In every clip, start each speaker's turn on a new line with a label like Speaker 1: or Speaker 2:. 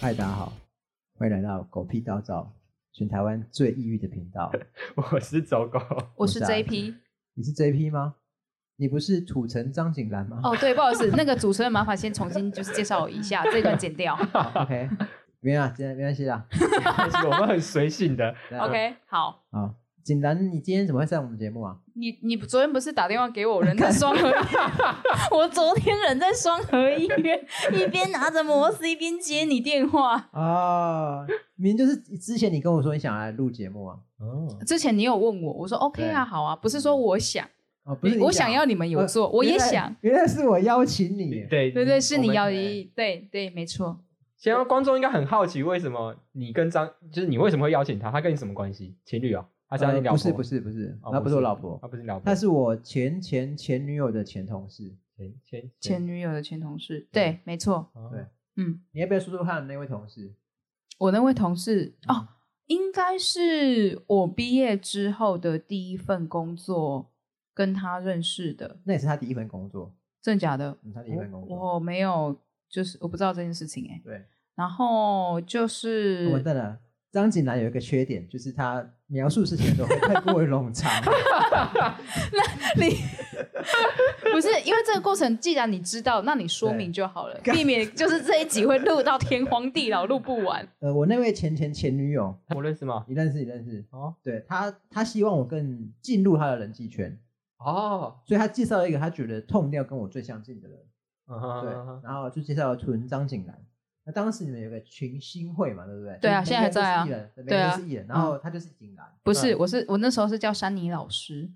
Speaker 1: 嗨，大家好，欢迎来到狗屁叨叨，全台湾最抑郁的频 道。
Speaker 2: 我是走狗，
Speaker 1: 我
Speaker 3: 我
Speaker 1: 是
Speaker 3: 是
Speaker 1: 啊
Speaker 3: JP。
Speaker 1: 你是 JP 吗？你不是土城张景兰吗、
Speaker 3: 哦，对，不好意思，那个主持人麻烦先重新就是介绍一 下，这一段剪掉。
Speaker 1: o k 没有啊，今天没关系啦。
Speaker 2: 我们很随性的。
Speaker 1: 对啊
Speaker 3: OK，好，
Speaker 1: 好，景兰，你今天怎么会上我们节目啊？
Speaker 3: 你你昨天不是打电话给我人在双合医院？ 我昨天人在双合医院，一边拿着摩斯一边接你电话。
Speaker 1: 啊，明明就是之前你跟我说你想来录节目啊，
Speaker 2: 哦，
Speaker 3: 之前你有问我，我说 OK 啊，
Speaker 1: 对
Speaker 3: 好啊，不是说我想，
Speaker 1: 哦，不是你
Speaker 3: 我想呃要你们有做，我也想。
Speaker 1: 原来，原来是我邀请你。
Speaker 2: 对嗯
Speaker 3: 对对，是你要
Speaker 2: 一。
Speaker 3: 一，对对，没错。
Speaker 2: 先让观众应该很好奇，为什么你跟张，就是你为什么会邀请他？他跟你什么关系？情侣哦，他是他
Speaker 1: 呃
Speaker 2: 你老
Speaker 1: 不
Speaker 2: 婆？
Speaker 1: 是不是不是，
Speaker 2: 哦，
Speaker 1: 那不是我老婆
Speaker 2: 他，不是你老婆
Speaker 1: 她，是我前前前女友的前同事。
Speaker 2: 前前
Speaker 3: 前女友的前同事，对，没错。
Speaker 2: 哦
Speaker 1: 对
Speaker 3: 嗯，
Speaker 1: 你要不要说说看那位同事？
Speaker 3: 我那位同事哦，应该是我毕业之后的第一份工作跟他认识的，
Speaker 1: 那也是他第一份工作，
Speaker 3: 真的假的？
Speaker 1: 嗯，他第一份工作。
Speaker 3: 我没有，就是我不知道这件事情哎、
Speaker 1: 对，
Speaker 3: 然后就是
Speaker 1: 哦完蛋了。张景南有一个缺点，就是他描述事情的时候会太过于冗 长。
Speaker 3: 你不是因为这个过程，既然你知道，那你说明就好了，避免就是这一集会录到天荒地老，录不完。
Speaker 1: 呃，我那位前前前女友，
Speaker 2: 我认识吗？
Speaker 1: 你认识，你认识。
Speaker 2: 哦
Speaker 1: 对他，他希望我更进入他的人际圈，
Speaker 2: 哦，
Speaker 1: 所以他介绍了一个他觉得痛调跟我最相近的人。
Speaker 2: 嗯
Speaker 3: 啊
Speaker 1: 对
Speaker 2: 哼，
Speaker 1: 然后就介绍了屯张景兰。那当时你们有个群星会嘛，对不对？
Speaker 3: 对啊
Speaker 1: 每个
Speaker 3: 现在还在啊
Speaker 1: 人都是艺人每个
Speaker 3: 对
Speaker 1: 人
Speaker 3: 啊
Speaker 1: 都是艺人，然后他就是景兰。
Speaker 3: 不是，我是我那时候是叫山泥老师，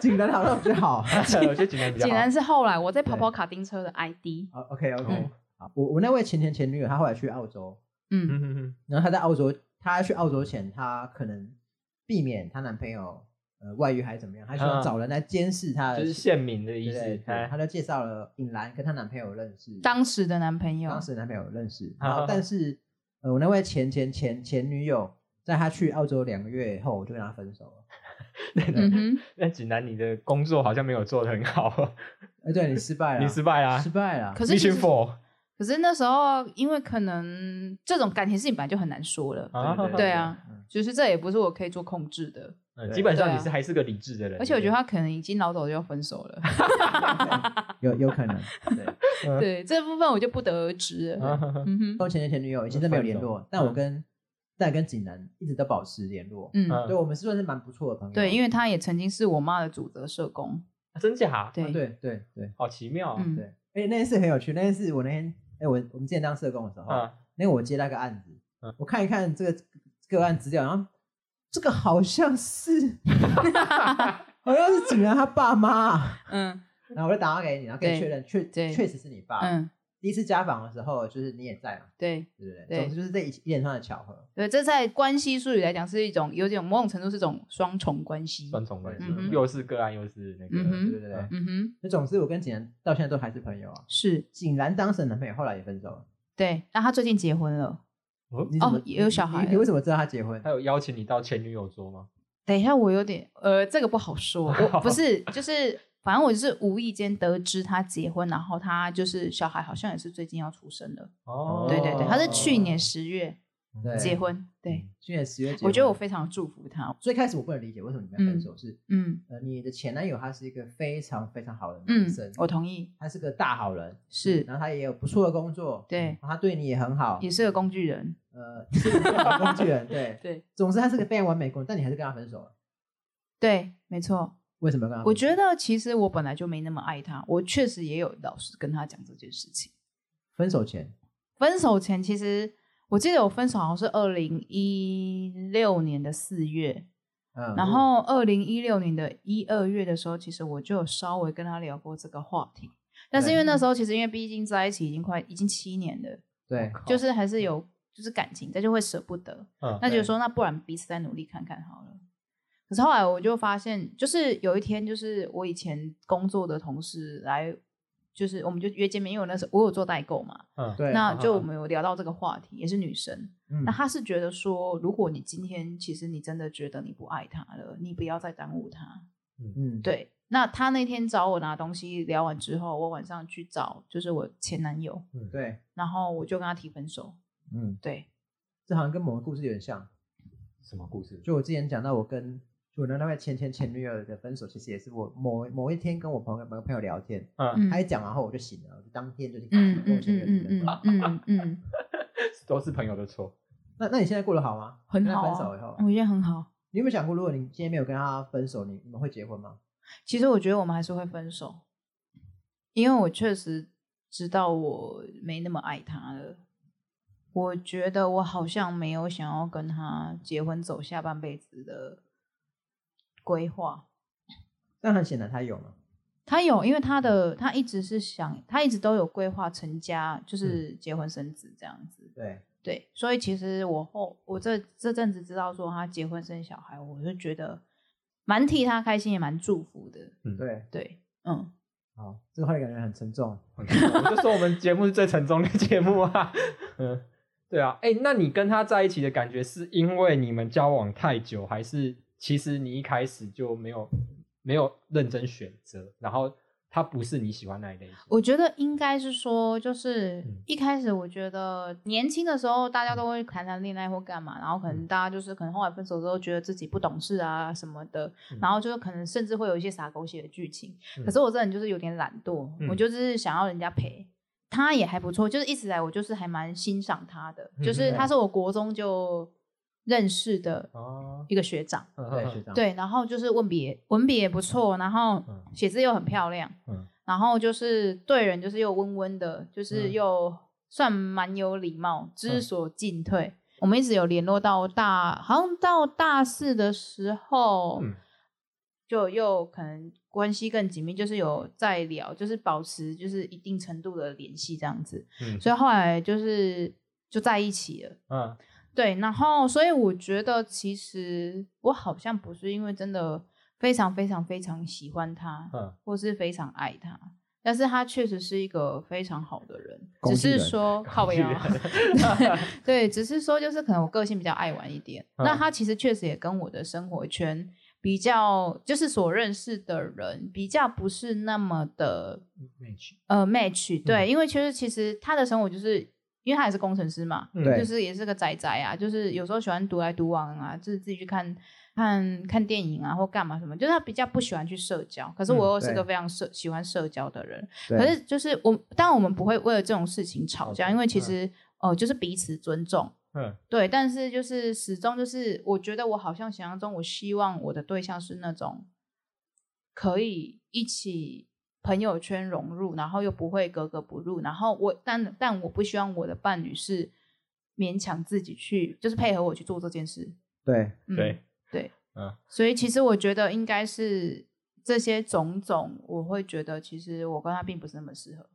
Speaker 1: 景兰好像比较好。
Speaker 2: 我觉得简单比较
Speaker 3: 竟
Speaker 2: 好
Speaker 3: 然。是后来我在跑
Speaker 1: 对
Speaker 3: 跑卡丁车的 ID，
Speaker 1: 好，OK OK
Speaker 2: 嗯。
Speaker 1: 好，我我那位前前前女友，她后来去澳洲，
Speaker 3: 嗯，
Speaker 2: 嗯哼哼，
Speaker 1: 然后她在澳洲，她去澳洲前，她可能避免她男朋友呃外遇还是怎么样，她希望
Speaker 2: 嗯
Speaker 1: 找人来监视她的
Speaker 2: 就是
Speaker 1: 行
Speaker 2: 县民的意
Speaker 1: 为。对
Speaker 2: 思
Speaker 1: 对。对，
Speaker 2: 哎
Speaker 1: 她就介绍了尹兰跟她男朋友认识，
Speaker 3: 当时的男朋友，
Speaker 1: 当时的男朋友认识，
Speaker 2: 好
Speaker 1: 然后
Speaker 2: 好
Speaker 1: 但
Speaker 2: 好
Speaker 1: 是呃，我那位前前前前女友，在她去澳洲两个月后，我就跟她分手了。
Speaker 3: 嗯哼，
Speaker 2: 那济南，你的工作好像没有做得很好，
Speaker 1: 哎，对你失败了，
Speaker 2: 你失败啊啦
Speaker 1: 失败了。
Speaker 3: 可是其
Speaker 2: ，Mission
Speaker 3: 实
Speaker 2: Four
Speaker 3: 可是那时候，因为可能这种感情事情本来就很难说了，
Speaker 2: 啊
Speaker 3: 对啊，
Speaker 1: 嗯
Speaker 3: 就是这也不是我可以做控制的，
Speaker 2: 嗯
Speaker 1: 对
Speaker 2: 基本上
Speaker 3: 对啊
Speaker 2: 你是还是个理智的人。
Speaker 3: 而且我觉得他可能已经老早就要分手 了，
Speaker 1: 有有可 能。对，
Speaker 2: 嗯
Speaker 3: 对这部分我就不得而知了。
Speaker 2: 啊哈哈
Speaker 3: 嗯哼，
Speaker 1: 我前前前女友现在没有联
Speaker 2: 分
Speaker 1: 络，但我跟但跟景南一直都保持联络。
Speaker 3: 嗯，
Speaker 2: 嗯
Speaker 1: 对，我们是算是蛮不错的朋友。啊
Speaker 3: 对，因
Speaker 1: 为
Speaker 3: 为他也曾经是我妈的主责 社工，
Speaker 2: 真假？
Speaker 3: 对
Speaker 1: 嗯对对对
Speaker 2: 好奇妙啊！
Speaker 3: 嗯
Speaker 1: 对，而且那件事很有趣，那件事我那天哎，我我们之前当社工的时候，
Speaker 2: 啊，
Speaker 1: 那天我接到一个案子
Speaker 2: 嗯，
Speaker 1: 我看一看这个个案资料，然后这个好像 是好像是景然他爸妈啊，
Speaker 3: 嗯
Speaker 1: 然后我就打电话给你，然后跟你
Speaker 3: 对
Speaker 1: 确认，确
Speaker 3: 对
Speaker 1: 确实是你爸。
Speaker 3: 嗯，
Speaker 1: 第一次家访的时候，就是你也在嘛，
Speaker 3: 对
Speaker 1: 对不对？
Speaker 3: 对
Speaker 1: 总之就是这一一连串的巧合。
Speaker 3: 对，这在关系术语来讲是一种有点某种程度是一种双重关系。
Speaker 2: 双重关系
Speaker 3: 嗯哼，
Speaker 2: 又是个案，又是那
Speaker 3: 嗯哼
Speaker 2: 个，
Speaker 1: 对对对
Speaker 3: 嗯哼，
Speaker 1: 那总之我跟景然到现在都还是朋友啊。
Speaker 3: 是
Speaker 1: 景然当时的男朋友后来也分手了，
Speaker 3: 对。那他最近结婚了，
Speaker 2: 哦
Speaker 1: 你怎么
Speaker 3: 哦也有小孩
Speaker 1: 你你你为什么知道他结婚
Speaker 2: 他？有邀请你到前女友桌吗？
Speaker 3: 等一下，我有点呃，这个不好说，我不是就是，反正我就是无意间得知他结婚，然后他就是小孩好像也是最近要出生了，
Speaker 2: 哦
Speaker 3: 对对对，他是去年
Speaker 1: 哦
Speaker 3: 十月
Speaker 1: 对嗯
Speaker 3: 结婚，对，
Speaker 1: 去年十月结婚。
Speaker 3: 我觉得我非常祝福他，
Speaker 1: 最开始我不能理解为什么你们要分手，是
Speaker 3: 嗯
Speaker 1: 呃你的前男友他是一个非常非常好的男
Speaker 3: 嗯
Speaker 1: 生，，
Speaker 3: 我同意，
Speaker 1: 他是个大好人，
Speaker 3: 是
Speaker 1: 然后他也有不错的工作，
Speaker 3: 对，
Speaker 1: 然后他对你也很好，
Speaker 3: 也是个工具人，
Speaker 1: 呃是个很好的工具人，对。
Speaker 3: 对
Speaker 1: 总之他是个非常完美的工人，但你还是跟他分手了，
Speaker 3: 对，没错，
Speaker 1: 为什么要跟他分手？
Speaker 3: 我觉得其实我本来就没那么爱他，我确实也有老实跟他讲这件事情。
Speaker 1: 分手前
Speaker 3: 分手前，其实我记得我分手好像是二零一六年的四月，
Speaker 1: 嗯，
Speaker 3: 然后二零一六年的一二月的时候，其实我就有稍微跟他聊过这个话题，但是因为那时候其实因为毕竟在一起已经快已经七年了，
Speaker 1: 对
Speaker 3: 就是还是有就是感情，但就会舍不得，
Speaker 2: 嗯
Speaker 3: 那就
Speaker 1: 对
Speaker 3: 说那不然彼此再努力看看好了。可是后来我就发现，就是有一天，就是我以前工作的同事来，就是我们就约见面，因为我那时候我有做代购嘛，
Speaker 2: 嗯，
Speaker 1: 对，
Speaker 2: 好
Speaker 3: 那就
Speaker 2: 好
Speaker 3: 我们有聊到这个话题，也是女生，
Speaker 1: 嗯
Speaker 3: 那他是觉得说，如果你今天其实你真的觉得你不爱他了，你不要再耽误他。
Speaker 1: 嗯，
Speaker 3: 对，那他那天找我拿东西聊完之后，我晚上去找就是我前男友，
Speaker 1: 对，
Speaker 3: 然后我就跟他提分手。
Speaker 1: 嗯，
Speaker 3: 对，
Speaker 1: 这好像跟某个故事有点像。
Speaker 2: 什么故事？
Speaker 1: 就我之前讲到，我跟就我那位前前前女友的分手，其实也是我某某一天跟我朋友某个朋友聊天，
Speaker 2: 嗯，
Speaker 3: 嗯
Speaker 1: 他一讲完后我就醒了，我就当天就去
Speaker 3: 嗯
Speaker 1: 跟我
Speaker 3: 嗯
Speaker 1: 前女友提
Speaker 3: 嗯
Speaker 1: 分手。
Speaker 3: 嗯嗯嗯 嗯，
Speaker 2: 都是朋友的错。
Speaker 1: 那那你现在过得好吗？
Speaker 3: 很
Speaker 1: 跟他
Speaker 3: 好、
Speaker 1: 分手以
Speaker 3: 啊
Speaker 1: 后，，
Speaker 3: 我觉得很好。
Speaker 1: 你有没有想过，如果你今天没有跟他分手，你你们会结婚吗？
Speaker 3: 其实我觉得我们还是会分手，因为我确实知道我没那么爱他了。我觉得我好像没有想要跟他结婚走下半辈子的规划。
Speaker 1: 但很显然他有嘛。
Speaker 3: 他有，因为他的他一直是想，他一直都有规划成家，就是结婚生子这样子。
Speaker 1: 对，
Speaker 3: 对，所以其实我后我这这阵子知道说他结婚生小孩，我就觉得蛮替他开心，也蛮祝福的。
Speaker 1: 对，
Speaker 3: 对，嗯，
Speaker 1: 好，这个话题感觉很沉重。
Speaker 2: 我就说我们节目是最沉重的节目啊。 嗯，对啊，哎、那你跟他在一起的感觉，是因为你们交往太久，还是其实你一开始就没有没有认真选择，然后他不是你喜欢那一类型？
Speaker 3: 我觉得应该是说，就是
Speaker 2: 嗯
Speaker 3: 一开始我觉得年轻的时候大家都会谈谈恋爱或干嘛，然后可
Speaker 2: 嗯
Speaker 3: 能大家就是可能后来分手之后觉得自己不懂事啊什么的
Speaker 2: 嗯，
Speaker 3: 然后就是可能甚至会有一些撒狗血的剧情
Speaker 2: 嗯。
Speaker 3: 可是我这人就是有点懒惰，
Speaker 2: 嗯
Speaker 3: 我就是想要人家陪。他也还不错，就是一直以来我就是还蛮欣赏他的，
Speaker 2: 嗯
Speaker 3: 就是
Speaker 1: 对
Speaker 3: 他是我国中就认识的
Speaker 2: 哦，
Speaker 3: 一个学长，
Speaker 1: 对，学长。，
Speaker 3: 对，然后就是文笔文笔也不错，然后
Speaker 2: 嗯
Speaker 3: 写字又很漂亮，
Speaker 2: 嗯
Speaker 3: 然后就是对人就是又温温的，就是
Speaker 2: 嗯
Speaker 3: 又算蛮有礼貌，知
Speaker 2: 嗯
Speaker 3: 所进退。我们一直有联络到大，好像到大四的时候，
Speaker 2: 嗯
Speaker 3: 就又可能关系更紧密，就是有在聊，就是保持就是一定程度的联系这样子。
Speaker 2: 嗯
Speaker 3: 所以后来就是就在一起了。
Speaker 2: 嗯
Speaker 3: 对，然后所以我觉得其实我好像不是因为真的非常非常非常喜欢他，
Speaker 2: 嗯，
Speaker 3: 或是非常爱他，但是他确实是一个非常好的人，
Speaker 1: 工
Speaker 3: 只
Speaker 1: 具
Speaker 3: 是
Speaker 1: 人
Speaker 3: 说靠背啊， 对， 只是说就是可能我个性比较爱玩一点，
Speaker 2: 嗯
Speaker 3: 那他其实确实也跟我的生活圈比较，就是所认识的人比较不是那么的
Speaker 2: match
Speaker 3: 呃 match，对，因为其实其实他的生活就是。因为他也是工程师嘛，
Speaker 2: 嗯
Speaker 1: 对
Speaker 3: 就是也是个宅宅啊，就是有时候喜欢独来独往啊，就是自己去看看看电影啊，或干嘛什么，就是他比较不喜欢去社交。可是
Speaker 2: 嗯
Speaker 3: 我又是
Speaker 1: 对
Speaker 3: 个非常社、喜欢社交的人，
Speaker 1: 对
Speaker 3: 可是就是我，当然我们不会为了这种事情吵
Speaker 2: 吵
Speaker 3: 架，
Speaker 2: 架
Speaker 3: 因为其
Speaker 2: 嗯
Speaker 3: 实呃就是彼此尊重，
Speaker 2: 嗯
Speaker 3: 对。但是就是始终就是，我觉得我好像想象中，我希望我的对象是那种可以一起朋友圈融入，然后又不会格格不入，然后我但但我不希望我的伴侣是勉强自己去，就是配合我去做这件事，
Speaker 1: 对，
Speaker 3: 嗯、
Speaker 2: 对
Speaker 3: 对，
Speaker 2: 嗯
Speaker 3: 所以其实我觉得应该是这些种种，我会觉得其实我跟他并不是那么适合。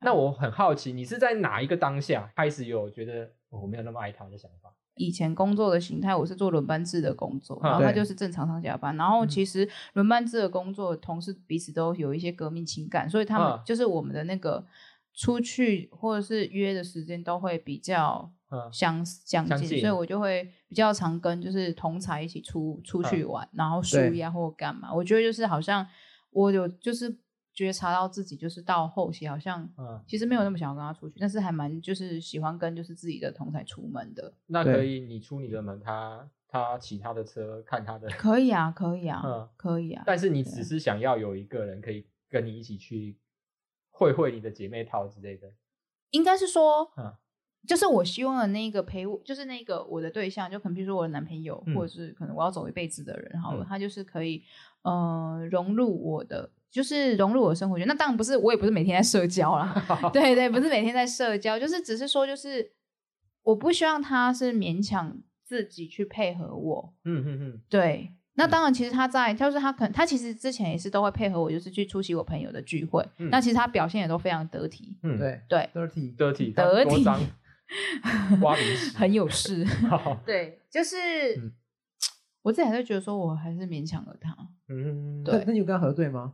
Speaker 2: 那我很好奇，你是在哪一个当下开始有觉得、哦我没有那么爱他的想法？
Speaker 3: 以前工作的形态，我是做轮班制的工作，
Speaker 2: 啊
Speaker 3: 然后他
Speaker 1: 对
Speaker 3: 就是正常上下班。然后
Speaker 2: 嗯
Speaker 3: 其实轮班制的工作，同事彼此都有一些革命情感，所以他们
Speaker 2: 啊
Speaker 3: 就是我们的那个出去或者是约的时间都会比较
Speaker 2: 嗯
Speaker 3: 相相
Speaker 2: 相
Speaker 3: 近，
Speaker 2: 近
Speaker 3: 所以我就会比较常跟就是同才一起出
Speaker 2: 嗯
Speaker 3: 出去玩，然后舒
Speaker 1: 对
Speaker 3: 压或干嘛。我觉得就是好像我有就是觉察到自己，就是到后期好像
Speaker 2: 嗯，
Speaker 3: 其实没有那么想要跟他出去，但是还蛮就是喜欢跟就是自己的同才出门的。
Speaker 2: 那
Speaker 1: 对
Speaker 2: 可以你出你的门，他他骑他的车，看他的，
Speaker 3: 可以啊，可以啊，
Speaker 2: 嗯
Speaker 3: 可以啊。
Speaker 2: 但是你只是想要有一个人可以跟你一起去会会你的姐妹淘之类的。
Speaker 3: 应该是说，
Speaker 2: 嗯
Speaker 3: 就是我希望的那个陪我，就是那个我的对象，就可能比如说我的男朋友，
Speaker 2: 嗯
Speaker 3: 或者是可能我要走一辈子的人，好了，
Speaker 2: 嗯
Speaker 3: 他就是可以呃融入我的，就是融入我的生活圈。那当然不是，我也不是每天在社交啦， 对对，不是每天在社交，就是只是说，就是我不希望他是勉强自己去配合我，
Speaker 2: 嗯嗯嗯，
Speaker 3: 对。那
Speaker 2: 嗯
Speaker 3: 当然，其实他在，就是他可能，他其实之前也是都会配合我，就是去出席我朋友的聚会。
Speaker 2: 嗯
Speaker 3: 那其实他表现也都非常得体，
Speaker 2: 嗯，
Speaker 1: 对
Speaker 3: 对，
Speaker 1: ，dirty，
Speaker 2: ，dirty，他
Speaker 3: 得
Speaker 2: 多
Speaker 3: 体
Speaker 2: 脏，挖鼻屎，
Speaker 3: 很有事。
Speaker 2: 好，
Speaker 3: 对，就是、
Speaker 2: 嗯
Speaker 3: 我自己还是觉得说我还是勉强了他，
Speaker 2: 嗯，
Speaker 1: 那那你有跟他核对吗？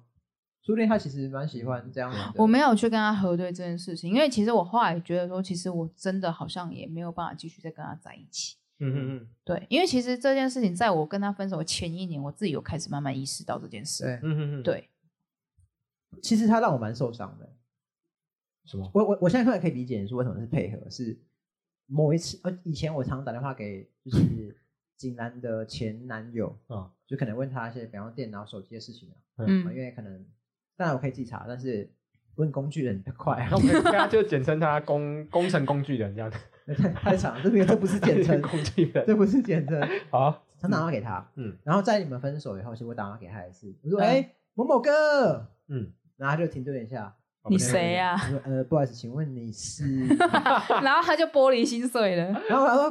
Speaker 1: 说不定他其实蛮喜欢这样子的。
Speaker 3: 我没有去跟他核对这件事情，因为其实我后来觉得说，其实我真的好像也没有办法继续再跟他在一起。
Speaker 2: 嗯嗯嗯
Speaker 3: 对，因为其实这件事情在我跟他分手前一年，我自己有开始慢慢意识到这件事。
Speaker 1: 对，
Speaker 2: 嗯嗯嗯，，
Speaker 3: 对，
Speaker 1: 其实他让我蛮受伤的。
Speaker 2: 什么？
Speaker 1: 我我我现在突然可以理解你说为什么是配合，是某一次呃，以前我常打电话给 就是景兰的前男友，
Speaker 2: 嗯
Speaker 1: 就可能问他一些比方说电脑、手机的事情啊，
Speaker 3: 嗯
Speaker 1: 因为可能当然我可以自己查，但是问工具人比较快啊
Speaker 2: 那，我们大家就简称他工工程工具 人这样子，
Speaker 1: 太太长了，这个这不是简称，
Speaker 2: 嗯工具人。
Speaker 1: 这不是简称，
Speaker 2: 好，
Speaker 1: 常打电话给他，
Speaker 2: 嗯
Speaker 1: 然后在你们分手以后，其实我打电话给他一次，我说：“
Speaker 3: 嗯
Speaker 1: 哎、某某哥。”
Speaker 2: 嗯，啊
Speaker 1: 然后他就停顿一下，
Speaker 3: 你谁呀、
Speaker 1: 我说：“呃，不好意思，请问你是？”
Speaker 3: 然后他就玻璃心碎了。
Speaker 1: 然后他说：“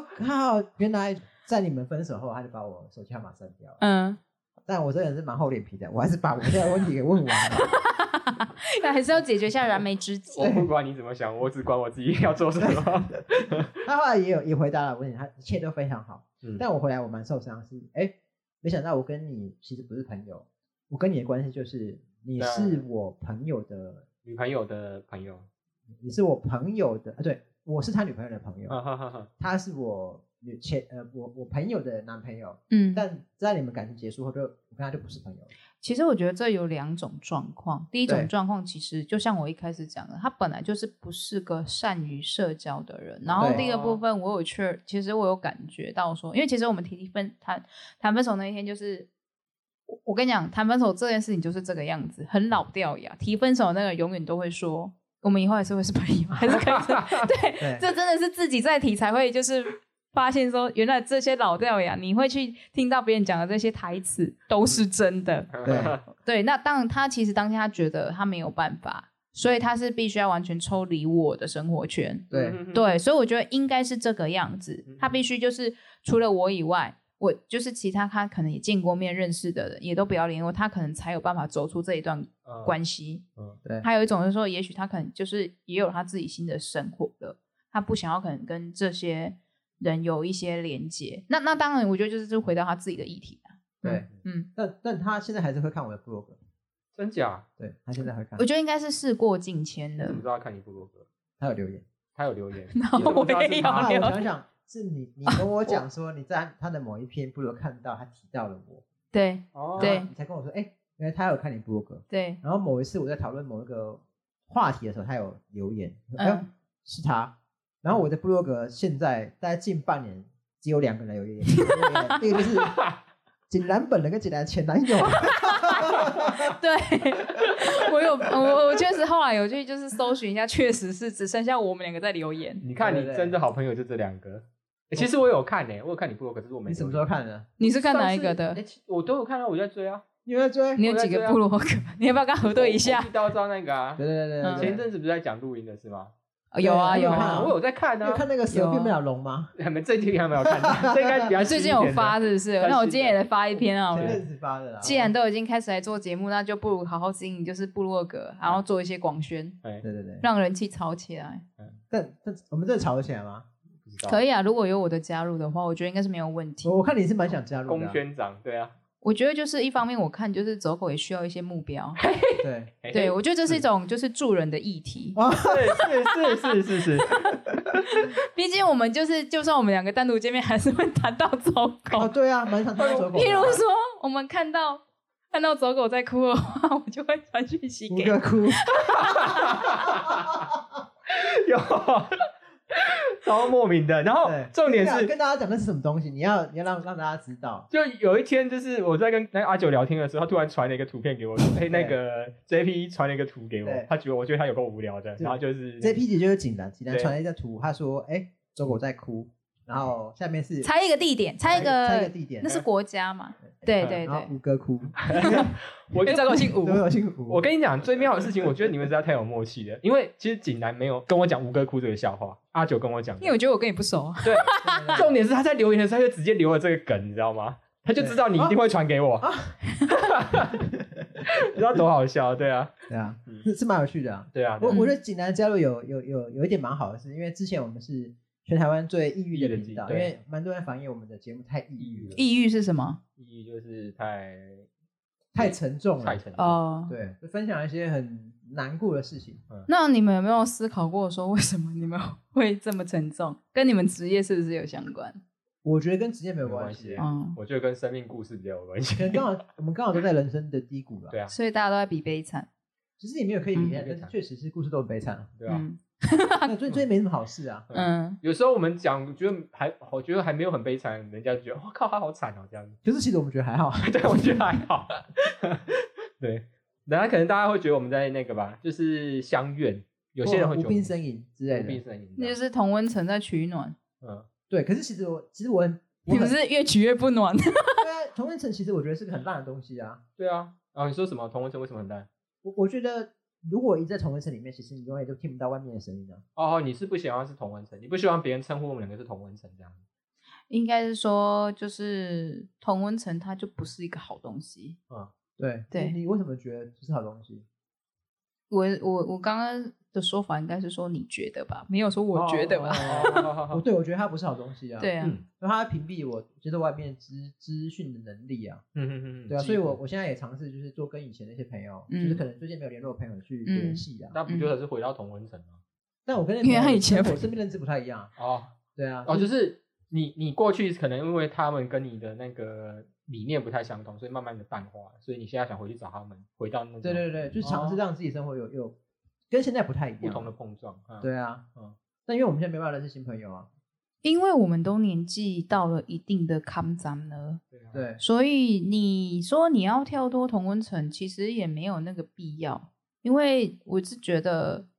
Speaker 1: 靠，原来在你们分手后，他就把我手机号码删掉了。
Speaker 3: 嗯，
Speaker 1: 但我这个人是蛮厚脸皮的，我还是把我现在的问题给问完了。
Speaker 3: 那还是要解决一下燃眉之急。
Speaker 2: 我不管你怎么想，我只管我自己要做什么。
Speaker 1: 他后来也有也回答了我问题，他一切都非常好。
Speaker 2: 嗯
Speaker 1: 但我回来我蛮受伤，是哎，没想到我跟你其实不是朋友，我跟你的关系就是你
Speaker 2: 对
Speaker 1: 是我朋友的，
Speaker 2: 女朋友的朋友，
Speaker 1: 你是我朋友的，啊，对，我是他女朋友的朋友。
Speaker 2: 哈哈哈 哈，
Speaker 1: 他是我女前呃我我朋友的男朋友，
Speaker 3: 嗯，
Speaker 1: 但在你们感情结束后就我跟他就不是朋友了。
Speaker 3: 其实我觉得这有两种状况。第一种
Speaker 1: 对
Speaker 3: 状况，其实就像我一开始讲的，他本来就是不是个善于社交的人。然后
Speaker 1: 对
Speaker 3: 第一个部分，我有确，其实我有感觉到说，因为其实我们提分谈谈分手那一天，就是我我跟你讲，谈分手这件事情就是这个样子，很老掉牙。提分手那个永远都会说，我们以后还是会是朋友，还是 可以是。 对，
Speaker 1: 对
Speaker 3: 这真的是自己在提才会就是发现说，原来这些老掉牙，你会去听到别人讲的这些台词都是真的。
Speaker 1: 对
Speaker 3: 对，那当然，他其实当下他觉得他没有办法，所以他是必须要完全抽离我的生活圈。
Speaker 1: 对，
Speaker 3: 对，所以我觉得应该是这个样子
Speaker 2: 嗯。
Speaker 3: 他必须就是除了我以外，我就是其他他可能也见过面、认识的人也都不要联络，他可能才有办法走出这一段
Speaker 2: 嗯
Speaker 3: 关系。
Speaker 2: 嗯
Speaker 1: 对
Speaker 3: 还有一种是说，也许他可能就是也有他自己新的生活了，他不想要可能跟这些人有一些连接。那那当然，我觉得就是就回到他自己的议题啊。
Speaker 1: 对，
Speaker 3: 嗯。
Speaker 1: 但但他现在还是会看我的 blog，
Speaker 2: 真假？
Speaker 1: 对他现在会看
Speaker 3: 我，觉得应该是事过境迁
Speaker 2: 你
Speaker 3: 的
Speaker 1: 嗯
Speaker 2: 怎么。知道看你部落格？
Speaker 1: 他有留 言。
Speaker 2: 他有留言，
Speaker 3: 嗯那
Speaker 2: 你怎么
Speaker 3: 我
Speaker 2: 知道是
Speaker 3: 也
Speaker 2: 他
Speaker 1: 后来
Speaker 3: 哦有
Speaker 1: 啊我
Speaker 3: 留
Speaker 1: 想想，是你你跟我讲说你在他的某一篇 blog 看到他提到了我，
Speaker 3: 对
Speaker 2: 哦
Speaker 3: 对
Speaker 1: 然后你才跟我说，哎，原来他有看你 blog。
Speaker 3: 对，
Speaker 1: 然后某一次我在讨论某一个话题的时候，他有留言，哎呦
Speaker 3: 嗯，
Speaker 1: 是他。然后我的 blog 现在大概近半年只有两个人有留言，有留言第一 个就是锦兰本人跟锦兰前男友，
Speaker 3: 对，我有我我确实后来有去就是搜寻一下，确实是只剩下我们两个在留言。
Speaker 2: 你看，
Speaker 1: 对
Speaker 2: 你
Speaker 1: 对对
Speaker 2: 真的好朋友就这两个。欸其实我有看呢、我有看你部落格，可是我没
Speaker 1: 你什么时
Speaker 2: 留
Speaker 1: 候
Speaker 2: 意？
Speaker 1: 看的？
Speaker 3: 你是看哪一个的
Speaker 2: 上次？欸其我都有看到，我在追啊。
Speaker 1: 你有在追？
Speaker 3: 你有几个部落格？ 你要不要跟他核对一
Speaker 2: 我
Speaker 3: 下
Speaker 2: 我？一刀招那个啊
Speaker 1: 对对，对对
Speaker 3: 嗯
Speaker 1: 对，
Speaker 2: 前阵子不是在讲录音的是吗？
Speaker 3: 哦有啊
Speaker 1: 对
Speaker 3: 有
Speaker 1: 我有看
Speaker 3: 啊
Speaker 1: 啊
Speaker 2: 我，有在看
Speaker 1: 你
Speaker 2: 啊
Speaker 1: 有，看那个蛇变不了龙吗？
Speaker 2: 还没这集还没有看 到，这应该比较
Speaker 3: 最
Speaker 2: 新
Speaker 3: 近
Speaker 2: 一
Speaker 3: 有
Speaker 2: 点的
Speaker 3: 发是不是？
Speaker 2: 但是
Speaker 3: 那我今天也来发一篇好
Speaker 1: 前
Speaker 3: 了。
Speaker 1: 阵子发的啦。
Speaker 3: 既然都已经开始来做节目，那就不如好好经营，就是部落格，然后做一些广宣，
Speaker 2: 哎，
Speaker 1: 对对对，
Speaker 3: 让人气炒起来。
Speaker 1: 但但我们真的吵得起来吗？
Speaker 2: 不知道
Speaker 3: 可以啊，如果有我的加入的话，我觉得应该是没有问题。
Speaker 1: 我我看你是蛮想加入的
Speaker 2: 公
Speaker 1: 啊。
Speaker 2: 宣长对啊，
Speaker 3: 我觉得就是一方面，我看就是走狗也需要一些目标，
Speaker 1: 对，哦
Speaker 2: 嘿嘿
Speaker 3: 对我觉得这是一种就是助人的议题。
Speaker 2: 哎是是是是是是，
Speaker 3: 毕竟我们就是，就算我们两个单独见面，还是会谈到走
Speaker 1: 哦
Speaker 3: 狗。
Speaker 1: 对啊，蛮想参加走狗的啊。
Speaker 3: 譬如说，我们看到看到走狗在哭的话，我就会传讯息
Speaker 1: 五
Speaker 3: 给
Speaker 1: 个 哭，
Speaker 2: 有， 超莫名的。然后
Speaker 1: 对
Speaker 2: 重点
Speaker 1: 对啊
Speaker 2: 是，
Speaker 1: 跟大家讲的是什么东西，你要你要让让大家知道。
Speaker 2: 就有一天，就是我在跟那个阿九聊天的时候，他突然传了一个图片给我，说：“哎、那个 JP 传了一个图给我
Speaker 1: 对，
Speaker 2: 他觉得我觉得他有够无聊的。”
Speaker 1: 对
Speaker 2: 然后就是
Speaker 1: 这批姐就是锦兰，锦兰
Speaker 2: 对
Speaker 1: 传了一张图，她说：“哎，走狗在哭。”然后下面是
Speaker 3: 猜一个地点，猜一
Speaker 1: 猜一
Speaker 3: 个
Speaker 1: 个，地点嗯
Speaker 3: 那，是国家嘛？对对
Speaker 1: 然后
Speaker 3: 对，
Speaker 1: 五哥哭，
Speaker 2: 我
Speaker 3: 因为
Speaker 2: 跟
Speaker 3: 走 狗姓吴
Speaker 1: 都。有幸福。
Speaker 2: 我跟你讲最妙的事情，我觉得你们实在太有默契了，因为其实景南没有跟我讲吴哥哭这个笑话，阿九跟我讲的
Speaker 3: 因为我觉得我跟你不熟啊，
Speaker 2: 对，
Speaker 1: 对对对
Speaker 2: 重点是他在留言的时候，他就直接留了这个梗，你知道吗？他就知道你一定会传给我， 你知道多好笑？对啊，
Speaker 1: 对啊
Speaker 2: 嗯，
Speaker 1: 是是蛮有趣的啊。
Speaker 2: 对啊，
Speaker 1: 我
Speaker 3: 嗯
Speaker 1: 我觉得济南加入有有有有一点蛮好的是，因为之前我们是全台湾最抑郁的频道，因
Speaker 2: 抑郁的对
Speaker 1: 为蛮多人反映我们的节目太抑郁了，
Speaker 3: 抑郁是什么？
Speaker 2: 意义就是太
Speaker 1: 太沉重了，
Speaker 2: 太沉重了。嗯
Speaker 3: 哦，
Speaker 1: 对，就分享一些很难过的事情。
Speaker 3: 那你们有没有思考过说为什么你们会这么沉重？跟你们职业是不是有相关？
Speaker 1: 我觉得跟职业没有
Speaker 2: 没有
Speaker 1: 关
Speaker 2: 关
Speaker 1: 系
Speaker 2: 系，
Speaker 1: 啊，
Speaker 3: 嗯，
Speaker 2: 我觉得跟生命故事比较有关
Speaker 1: 可
Speaker 2: 系
Speaker 1: 能。刚好我们刚好都在人生的低谷了。
Speaker 2: 对啊，
Speaker 3: 所以大家都在比悲惨，
Speaker 1: 其实也没有可以比
Speaker 3: 嗯
Speaker 1: 较，但是确实是故事都很悲 惨啊。
Speaker 2: 对啊，
Speaker 3: 嗯
Speaker 1: 那最最没什么好事啊。
Speaker 3: 嗯，
Speaker 2: 有时候我们讲，我觉得还，我觉得还没有很悲惨，人家就觉得我、靠，他好惨哦，这 样子。
Speaker 1: 可是其实我们觉得还好，
Speaker 2: 对，我觉得还好。 对，然后可能大家会觉得我们在那个吧，就是相怨，有些人会觉
Speaker 1: 无
Speaker 2: 得
Speaker 1: 病呻吟之类
Speaker 2: 无病
Speaker 1: 的。
Speaker 2: 呻吟这
Speaker 3: 那就
Speaker 2: 样。
Speaker 3: 是同温层在取暖，
Speaker 2: 嗯，
Speaker 1: 对，可是其实我其实我很，我
Speaker 3: 你
Speaker 1: 很
Speaker 3: 们是越取越不暖，
Speaker 1: 对啊，同温层其实我觉得是个很烂的东西啊。
Speaker 2: 对啊。然后你说什么同温层为什么很烂？
Speaker 1: 我我觉得如果一直在同温层里面，其实你永远都听不到外面的声音啊。
Speaker 2: 哦，你是不喜欢是同温层，你不喜欢别人称呼我们两个是同温层这样子。
Speaker 3: 应该是说就是同温层它就不是一个好东西。
Speaker 1: 对
Speaker 3: 对
Speaker 1: 你你为什么觉得这是好东西？
Speaker 3: 我我我刚刚的说法应该是说你觉得吧，没有说我觉得吧，
Speaker 1: 哦，
Speaker 2: 吧。
Speaker 1: 对，我觉得它不是好东西啊。
Speaker 3: 对啊，
Speaker 2: 嗯
Speaker 1: 因为它屏蔽我接受外面资资讯的能力啊。
Speaker 2: 嗯嗯嗯，
Speaker 1: 对啊，所以我我现在也尝试就是做跟以前那些朋友，
Speaker 3: 嗯
Speaker 1: 就是可能最近没有联络的朋友去联系啊。
Speaker 2: 那不就是回到同温层吗？
Speaker 1: 但我跟那
Speaker 3: 因为他
Speaker 1: 朋友
Speaker 3: 以前
Speaker 1: 跟我身边认知不太一样啊。
Speaker 2: 哦
Speaker 1: 对啊，
Speaker 2: 哦，就是你你过去可能因为他们跟你的那个理念不太相同，所以慢慢的淡化了，所以你现在想回去找他们，回到那种
Speaker 1: 对对对，就尝试
Speaker 2: 哦
Speaker 1: 让自己生活有有跟现在不太一样，
Speaker 2: 不同的碰撞。嗯、
Speaker 1: 对啊，
Speaker 2: 嗯
Speaker 1: 但因为我们现在没办法认识新朋友啊，
Speaker 3: 因为我们都年纪到了一定的坎站了，
Speaker 2: 对啊
Speaker 1: 对，
Speaker 3: 所以你说你要跳脱同温层，其实也没有那个必要，因为我是觉得，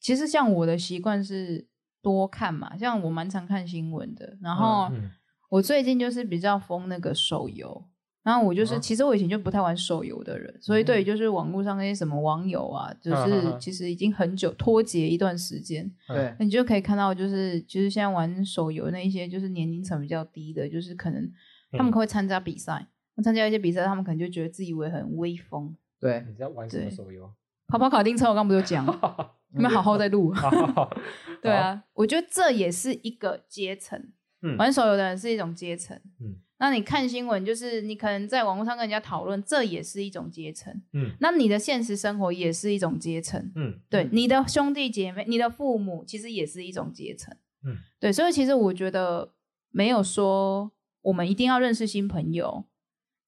Speaker 3: 其实像我的习惯是多看嘛，像我蛮常看新闻的，然后
Speaker 2: 嗯嗯
Speaker 3: 我最近就是比较疯那个手游。然后我就是，
Speaker 2: 啊
Speaker 3: 其实我以前就不太玩手游的人，所以对于就是网络上那些什么网友啊，就
Speaker 2: 啊啊
Speaker 3: 是
Speaker 2: 啊
Speaker 3: 其实已经很久脱节一段时间。
Speaker 1: 对，
Speaker 3: 那你就可以看到，就是其实现在玩手游那一些，就是年龄层比较低的，就是可能他
Speaker 2: 嗯
Speaker 3: 们会参加比赛，那参加一些比赛，他们可能就觉得自以为很威风。
Speaker 1: 对，
Speaker 2: 你在玩什么
Speaker 3: 对
Speaker 2: 手游？
Speaker 3: 跑跑卡丁车，我刚不就讲了，你们好好再 录。 对，啊，我觉得这也是一个阶层，
Speaker 2: 嗯
Speaker 3: 玩手游的人是一种阶层。
Speaker 2: 嗯
Speaker 3: 那你看新闻，就是你可能在网络上跟人家讨论，这也是一种阶层。
Speaker 2: 嗯
Speaker 3: 那你的现实生活也是一种阶层。
Speaker 2: 嗯
Speaker 3: 对
Speaker 1: 嗯，
Speaker 3: 你的兄弟姐妹、你的父母，其实也是一种阶层。
Speaker 2: 嗯，
Speaker 3: 对，所以其实我觉得没有说我们一定要认识新朋友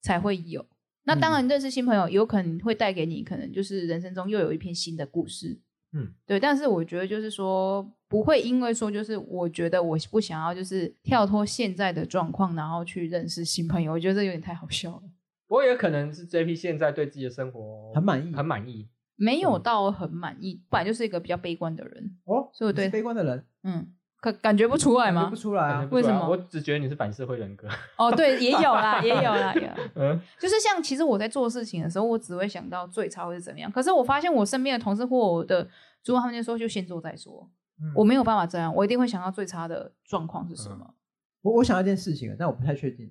Speaker 3: 才会有。那
Speaker 1: 嗯
Speaker 3: 当然，认识新朋友有可能会带给你，可能就是人生中又有一篇新的故事。
Speaker 2: 嗯，
Speaker 3: 对。但是我觉得就是说，不会因为说就是我觉得我不想要就是跳脱现在的状况，然后去认识新朋友，我觉得这有点太好笑了。
Speaker 2: 不过也可能是 JP 现在对自己的生活
Speaker 1: 很满意
Speaker 2: 很满意。
Speaker 3: 没有
Speaker 2: 嗯
Speaker 3: 到很满意，本来就是一个比较悲观的人，
Speaker 1: 哦，
Speaker 3: 所以我
Speaker 1: 你是
Speaker 3: 对
Speaker 1: 悲观的人
Speaker 3: 嗯，可感觉不出来
Speaker 1: 感
Speaker 3: 吗
Speaker 1: 觉不？出来
Speaker 2: 感
Speaker 1: 啊，
Speaker 2: 觉不出来
Speaker 3: 为什么
Speaker 2: 我只觉得你是反社会人格。
Speaker 3: 哦，对，也有啦，也有啦，也有啦
Speaker 2: 嗯，
Speaker 3: 就是像其实我在做事情的时候，我只会想到最差会是怎么样。可是我发现我身边的同事或我的主管，他们就说就先做再说，
Speaker 1: 嗯
Speaker 3: 我没有办法这样，我一定会想到最差的状况是什么。
Speaker 1: 我我想到一件事情，但我不太确定，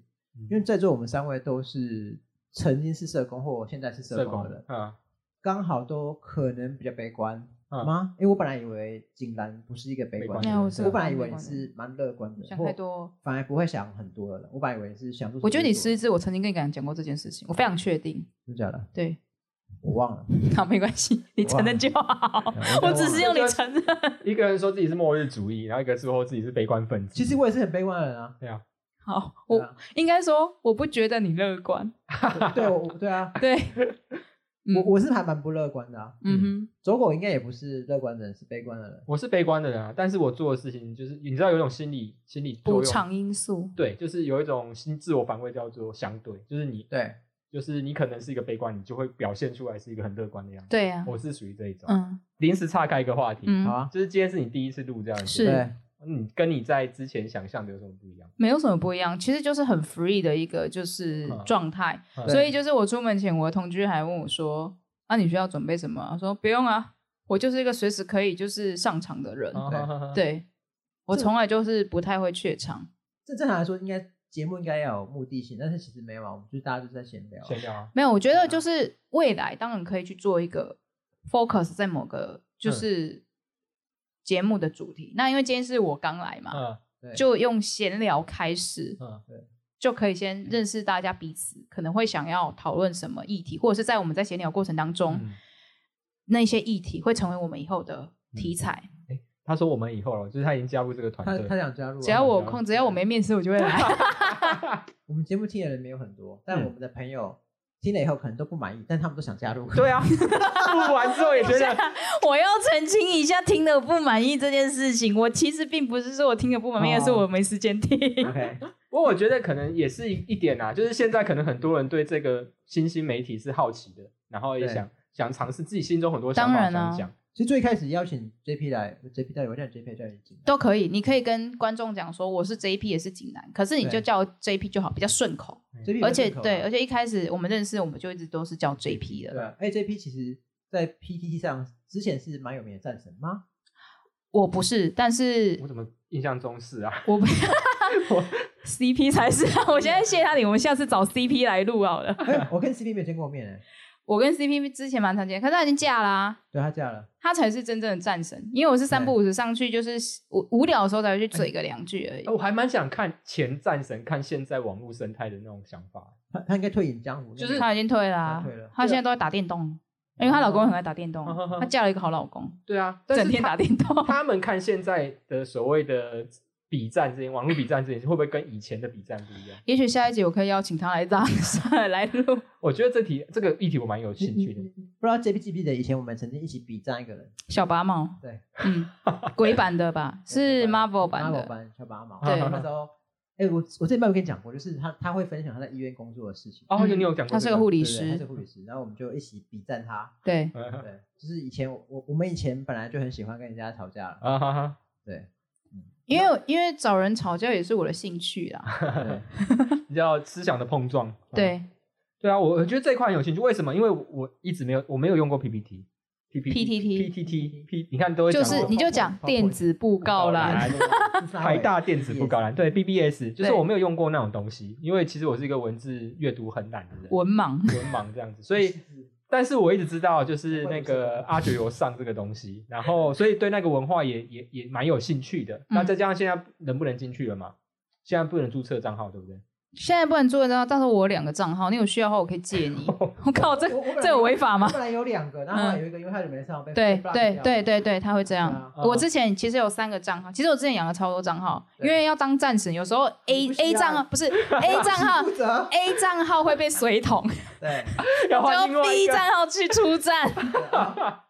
Speaker 1: 因为在座我们三位都是曾经是社工或现在是社
Speaker 2: 社
Speaker 1: 工
Speaker 2: 工
Speaker 1: 的人，
Speaker 2: 嗯
Speaker 1: 刚好都可能比较悲观
Speaker 2: 嗯
Speaker 1: 吗？因为我本来以为井然不是一个悲观的
Speaker 2: 悲观的人哎
Speaker 1: 人
Speaker 2: 我，是
Speaker 1: 我本来以为
Speaker 3: 蛮
Speaker 1: 你
Speaker 3: 啊悲观的
Speaker 1: 是蛮乐观的，
Speaker 3: 想太多，
Speaker 1: 反而不会想很多的人，我本来以为是想做什么就做什么。
Speaker 3: 我觉得你失智，我曾经跟你讲讲过这件事情，我非常确定。
Speaker 1: 真的假的？
Speaker 3: 对，
Speaker 1: 我忘了，
Speaker 3: 好，没关系，你承认就好。
Speaker 1: 我
Speaker 2: 嗯
Speaker 3: 我只是
Speaker 1: 忘了
Speaker 3: 用你承认，
Speaker 2: 一个人说自己是末日主义，然后一个人说自己是悲观分子。
Speaker 1: 其实我也是很悲观的人啊。
Speaker 2: 对啊，
Speaker 3: 好，
Speaker 1: 对
Speaker 3: 我
Speaker 1: 啊
Speaker 3: 应该说我不觉得你乐观，
Speaker 1: 对，我对啊，
Speaker 3: 对，
Speaker 1: 我
Speaker 3: 嗯
Speaker 1: 我是还蛮不乐观的啊。
Speaker 3: 嗯哼，
Speaker 1: 走狗应该也不是乐观的人，是悲观的人。
Speaker 2: 我是悲观的人啊，但是我做的事情就是，你知道有一种心理心理作
Speaker 3: 补
Speaker 2: 用
Speaker 3: 偿因素，
Speaker 2: 对，就是有一种心自我防卫叫做相对，就是你
Speaker 1: 对，
Speaker 2: 就是你可能是一个悲观，你就会表现出来是一个很乐观的样子。
Speaker 3: 对呀、啊
Speaker 2: 我是属于这一种。
Speaker 3: 嗯
Speaker 2: 临时岔开一个话题，
Speaker 3: 嗯
Speaker 1: 好，啊，
Speaker 2: 就是今天是你第一次录这样子，
Speaker 3: 是
Speaker 1: 对，
Speaker 2: 你跟你在之前想象的有什么不一样？
Speaker 3: 没有什么不一样，其实就是很 free 的一个就是
Speaker 2: 嗯
Speaker 3: 状态。
Speaker 2: 嗯
Speaker 3: 所以就是我出门前，我的同居还问我说：“啊，你需要准备什么啊？”我说：“不用啊，我就是一个随时可以就是上场的人。
Speaker 1: 对
Speaker 2: 啊，
Speaker 3: 嗯对我
Speaker 1: 这
Speaker 3: 从来就是不太会怯场。
Speaker 1: 这正常来说应该节目应该要有目的性，但是其实没有啊，我们就是大家就是在闲聊啊。
Speaker 2: 闲聊啊，
Speaker 3: 没有，我觉
Speaker 1: 对啊
Speaker 3: 得就是未来当然可以去做一个 focus 在某个就是节目的主题。那因为今天是我刚来嘛，
Speaker 2: 嗯
Speaker 1: 对，
Speaker 3: 就用闲聊开始。
Speaker 2: 嗯，
Speaker 3: 就可以先认识大家彼此可能会想要讨论什么议题，或者是在我们在闲聊过程当中，
Speaker 2: 嗯
Speaker 3: 嗯那些议题会成为我们以后的题材。
Speaker 2: 他说我们以后了，就是他已经加入这个团
Speaker 1: 他
Speaker 2: 队。
Speaker 1: 他想加入啊，
Speaker 3: 只要我有空，只要我没面试，我就会 来。
Speaker 1: 我们节目听的人没有很多，但
Speaker 2: 嗯
Speaker 1: 我们的朋友听了以后可能都不满意，但他们都想加 入。
Speaker 2: 对啊，录完之后也觉得
Speaker 4: 我要澄清一下，听得不满意这件事情，我其实并不是说我听得不满意，而是
Speaker 3: 哦
Speaker 4: 我没时间听。
Speaker 1: ，OK，
Speaker 2: 不过我觉得可能也是一一点啊，就是现在可能很多人对这个新兴媒体是好奇的，然后也
Speaker 1: 对
Speaker 2: 想想尝试自己心中很多想
Speaker 3: 当
Speaker 2: 法
Speaker 3: 然啊
Speaker 2: 想讲。
Speaker 1: 其实最开始邀请 JP 来，JP 到有点 JP 叫你啊进来，
Speaker 3: 都可以，你可以跟观众讲说我是 JP 也是济南，可是你就
Speaker 1: 对
Speaker 3: 叫我 JP 就好，比较顺口。啊
Speaker 1: JP
Speaker 3: 而且对，而
Speaker 1: 对
Speaker 3: 且一开始我们认识，我们就一直都是叫 JP
Speaker 1: 啊对
Speaker 3: 的。
Speaker 1: 啊，哎，JP 其实在 PTT 上之前是蛮有名的战神吗？
Speaker 3: 我不是，但是
Speaker 2: 我怎么印象中是 啊？
Speaker 3: 我不
Speaker 2: 我
Speaker 4: CP 才是啊！ 我现在谢他你，我们下次找 CP 来录好了。
Speaker 1: 哎，我跟 CP 没有见过面哎，
Speaker 3: 我跟 CP 之前蛮常见，可是他已经嫁啦、
Speaker 1: 对他嫁了，
Speaker 3: 他才是真正的战神。因为我是三不五时上去，就是无无聊的时候才会去嘴个两句而已
Speaker 2: 哎。我还蛮想看前战神看现在网络生态的那种想法。
Speaker 1: 他他应该退隐江湖，
Speaker 2: 就是
Speaker 3: 他已经退啦、
Speaker 1: 他退了
Speaker 3: 她现在都在打电动，因为她老公很爱打电动
Speaker 2: 哦，
Speaker 3: 她嫁了一个好老公，
Speaker 2: 对啊，但是
Speaker 3: 整天打电 动。
Speaker 2: 他们看现在的所谓的比战这件网络比战这件事，会不会跟以前的比战不一样？
Speaker 3: 也许下一集我可以邀请她来当 来录。
Speaker 2: 我觉得这题这个议题我蛮有
Speaker 1: 你
Speaker 2: 兴
Speaker 1: 你
Speaker 2: 趣的。
Speaker 1: 你不知道 JP 记不记得以前我们曾经一起比战一个人，
Speaker 3: 小拔毛，
Speaker 1: 对，
Speaker 3: 嗯，鬼版的吧，是 Marvel 版
Speaker 1: ，Marvel
Speaker 3: 的，
Speaker 1: 版小八毛，
Speaker 2: 对
Speaker 1: 那时候。哎、我我这边有跟你讲过，就是他他会分享他在医院工作的事情。
Speaker 2: 哦，
Speaker 3: 嗯
Speaker 2: 你有讲过、
Speaker 3: 他是
Speaker 2: 这
Speaker 3: 个护
Speaker 2: 理，
Speaker 3: 理
Speaker 1: 对对对他是
Speaker 3: 师，
Speaker 1: 护理师，然后我们就一起比战他。
Speaker 3: 对，
Speaker 2: 啊
Speaker 1: 对，就是以前我我我们以前本来就很喜欢跟人家吵架了，
Speaker 2: 啊哈哈，
Speaker 1: 对
Speaker 3: 因为因为找人吵架也是我的兴趣啦，
Speaker 1: 对，
Speaker 2: 比较思想的碰撞。嗯
Speaker 3: 对
Speaker 2: 对啊，我我觉得这一块很有兴趣。为什么？因为我一直没有我没有用过 PPT。P P P
Speaker 3: PTT
Speaker 2: T T P，你看都会
Speaker 3: 就
Speaker 2: 讲
Speaker 3: 是
Speaker 2: 过
Speaker 3: 你就讲电子布告啦，
Speaker 2: 啦，台大电子布告栏，对 BBS，就是
Speaker 3: 对
Speaker 2: 我没有用过那种东西，因为其实我是一个文字阅读很懒的人，
Speaker 3: 文盲，
Speaker 2: 文盲这样子，所以，但是我一直知道就是那个阿九有上这个东西，然后所以对那个文化也也也蛮有兴趣的。那再加上现在能不能进去了嘛？现在不能注册账号，对不对？
Speaker 3: 现在不能做到，到时候我有两个账号，你有需要的话我可以借你。 我靠，这
Speaker 1: 我我本来
Speaker 3: 这有违法吗
Speaker 1: 我？本来有两个，然后后来有一个因为他就没上被
Speaker 3: 对
Speaker 1: 被 block
Speaker 3: 对
Speaker 1: 掉
Speaker 3: 对对对，他会这
Speaker 1: 对
Speaker 3: 样
Speaker 1: 啊。
Speaker 3: 我之前其实有三个账号，其实我之前养了超多账号，因
Speaker 1: 对
Speaker 3: 为要当战神，有时候 A
Speaker 1: 你不需
Speaker 3: A
Speaker 1: 要
Speaker 3: 账号不 是 A 账号
Speaker 1: 负责
Speaker 3: A 账号会被水桶，
Speaker 1: 对，
Speaker 2: 要换另
Speaker 4: 就
Speaker 2: 外一
Speaker 4: B
Speaker 2: 个。
Speaker 4: 账号去出战，
Speaker 1: 对啊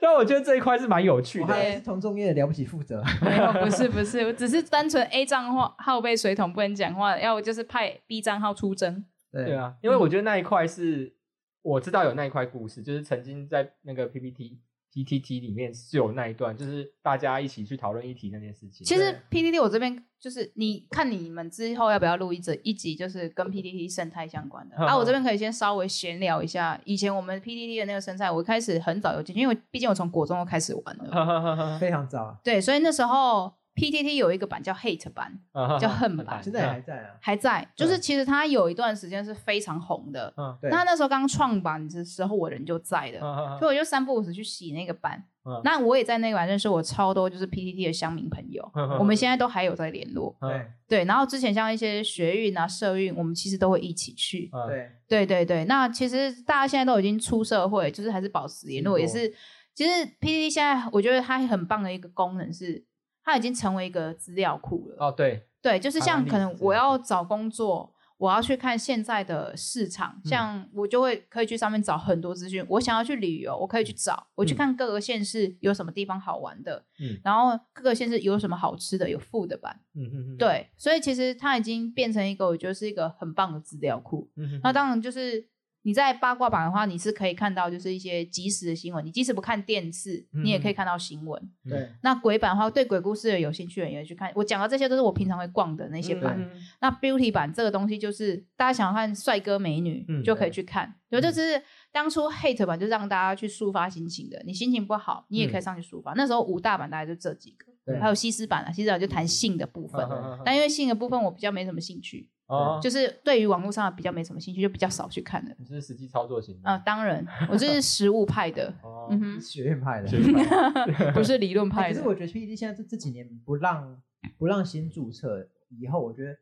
Speaker 2: 但我觉得这一块是蛮有趣
Speaker 1: 我
Speaker 2: 的。
Speaker 1: 还是从众业了不起负责，
Speaker 3: 没有，不是不是，我只是单纯 A 账号号被水桶不能讲话，要不就是派 B 账号出征。
Speaker 2: 对，啊，因为
Speaker 3: 嗯
Speaker 2: 我觉得那一块是我知道有那一块故事，就是曾经在那个 PPT。PTT 里面是有那一段，就是大家一起去讨论议题那件事情。
Speaker 3: 其实 PDD 我这边就是你看你们之后要不要录一整一集，就是跟 PDD 生态相关的啊。我这边可以先稍微闲聊一下，以前我们 PDD 的那个生态，我一开始很早有进去，因为毕竟我从国中就开始玩了，
Speaker 1: 非常早啊，
Speaker 3: 对，所以那时候 PDD 有一个版叫 Hate 版，叫恨吧
Speaker 1: 现在也还在啊，
Speaker 3: 还在，就是其实它有一段时间是非常红的。
Speaker 2: 嗯，
Speaker 1: 对
Speaker 3: 那那时候刚创版的时候，我人就在的，
Speaker 2: 嗯
Speaker 3: 所以我就三不五时去洗那个版
Speaker 2: 嗯。
Speaker 3: 那我也在那个版认识我超多就是 PTT 的乡民朋友，
Speaker 2: 嗯
Speaker 3: 我们现在都还有在联络。
Speaker 1: 对
Speaker 3: 对，然后之前像一些学运啊、社运，我们其实都会一起去。
Speaker 2: 嗯
Speaker 1: 对，
Speaker 3: 对对对，那其实大家现在都已经出社会，就是还是保持联络，
Speaker 2: 没
Speaker 3: 也
Speaker 2: 错
Speaker 3: 是其实 PDD 现在我觉得它很棒的一个功能是，它已经成为一个资料库了。
Speaker 2: 哦对，
Speaker 3: 对，就是
Speaker 2: 台
Speaker 3: 像
Speaker 2: 湾历
Speaker 3: 可
Speaker 2: 史
Speaker 3: 能
Speaker 2: 之
Speaker 3: 我
Speaker 2: 类
Speaker 3: 要找工作，我要去看现在的市场，
Speaker 2: 嗯
Speaker 3: 像我就会可以去上面找很多资讯。我想要去旅游，我可以去找，我去
Speaker 2: 嗯
Speaker 3: 看各个县市有什么地方好玩的，
Speaker 2: 嗯
Speaker 3: 然后各个县市有什么好吃的，有 food 版。
Speaker 2: 嗯嗯，
Speaker 3: 对，所以其实它已经变成一个我觉得是一个很棒的资料库。
Speaker 2: 嗯，
Speaker 3: 那当然就是。你在八卦版的话，你是可以看到就是一些即时的新闻，你即使不看电视，你也可以
Speaker 2: 嗯
Speaker 3: 看到新闻。
Speaker 2: 嗯
Speaker 1: 对
Speaker 3: 那鬼版的话，对鬼故事的有兴趣的人也会去看。我讲的这些都是我平常会逛的那些
Speaker 1: 嗯
Speaker 3: 版。那 beauty 版这个东西，就是大家想要看帅哥美女、
Speaker 2: 嗯
Speaker 3: 就可以去看。就
Speaker 1: 嗯
Speaker 3: 这是当初 hate 版，就是让大家去抒发心情的。你心情不好，你也可以上去抒发。那时候五大版大概就这几个，
Speaker 1: 嗯对嗯
Speaker 3: 还有西施版啊，西施版就谈性的部
Speaker 2: 嗯
Speaker 3: 分。但因为性的部分我比较没什么兴趣，
Speaker 2: 哦，就
Speaker 3: 就是对于网络上的比较没什么兴趣，就比较少去看的。
Speaker 2: 你是实际操作型
Speaker 3: 啊、当然，我这是实物派 的，
Speaker 2: 哦
Speaker 3: 嗯哼，
Speaker 1: 学院派的，
Speaker 3: 不是理论
Speaker 1: 哎
Speaker 3: 派
Speaker 1: 可
Speaker 3: 的
Speaker 1: 是。我觉得 PPT 现在这这几年不让不让新注册，以后我觉得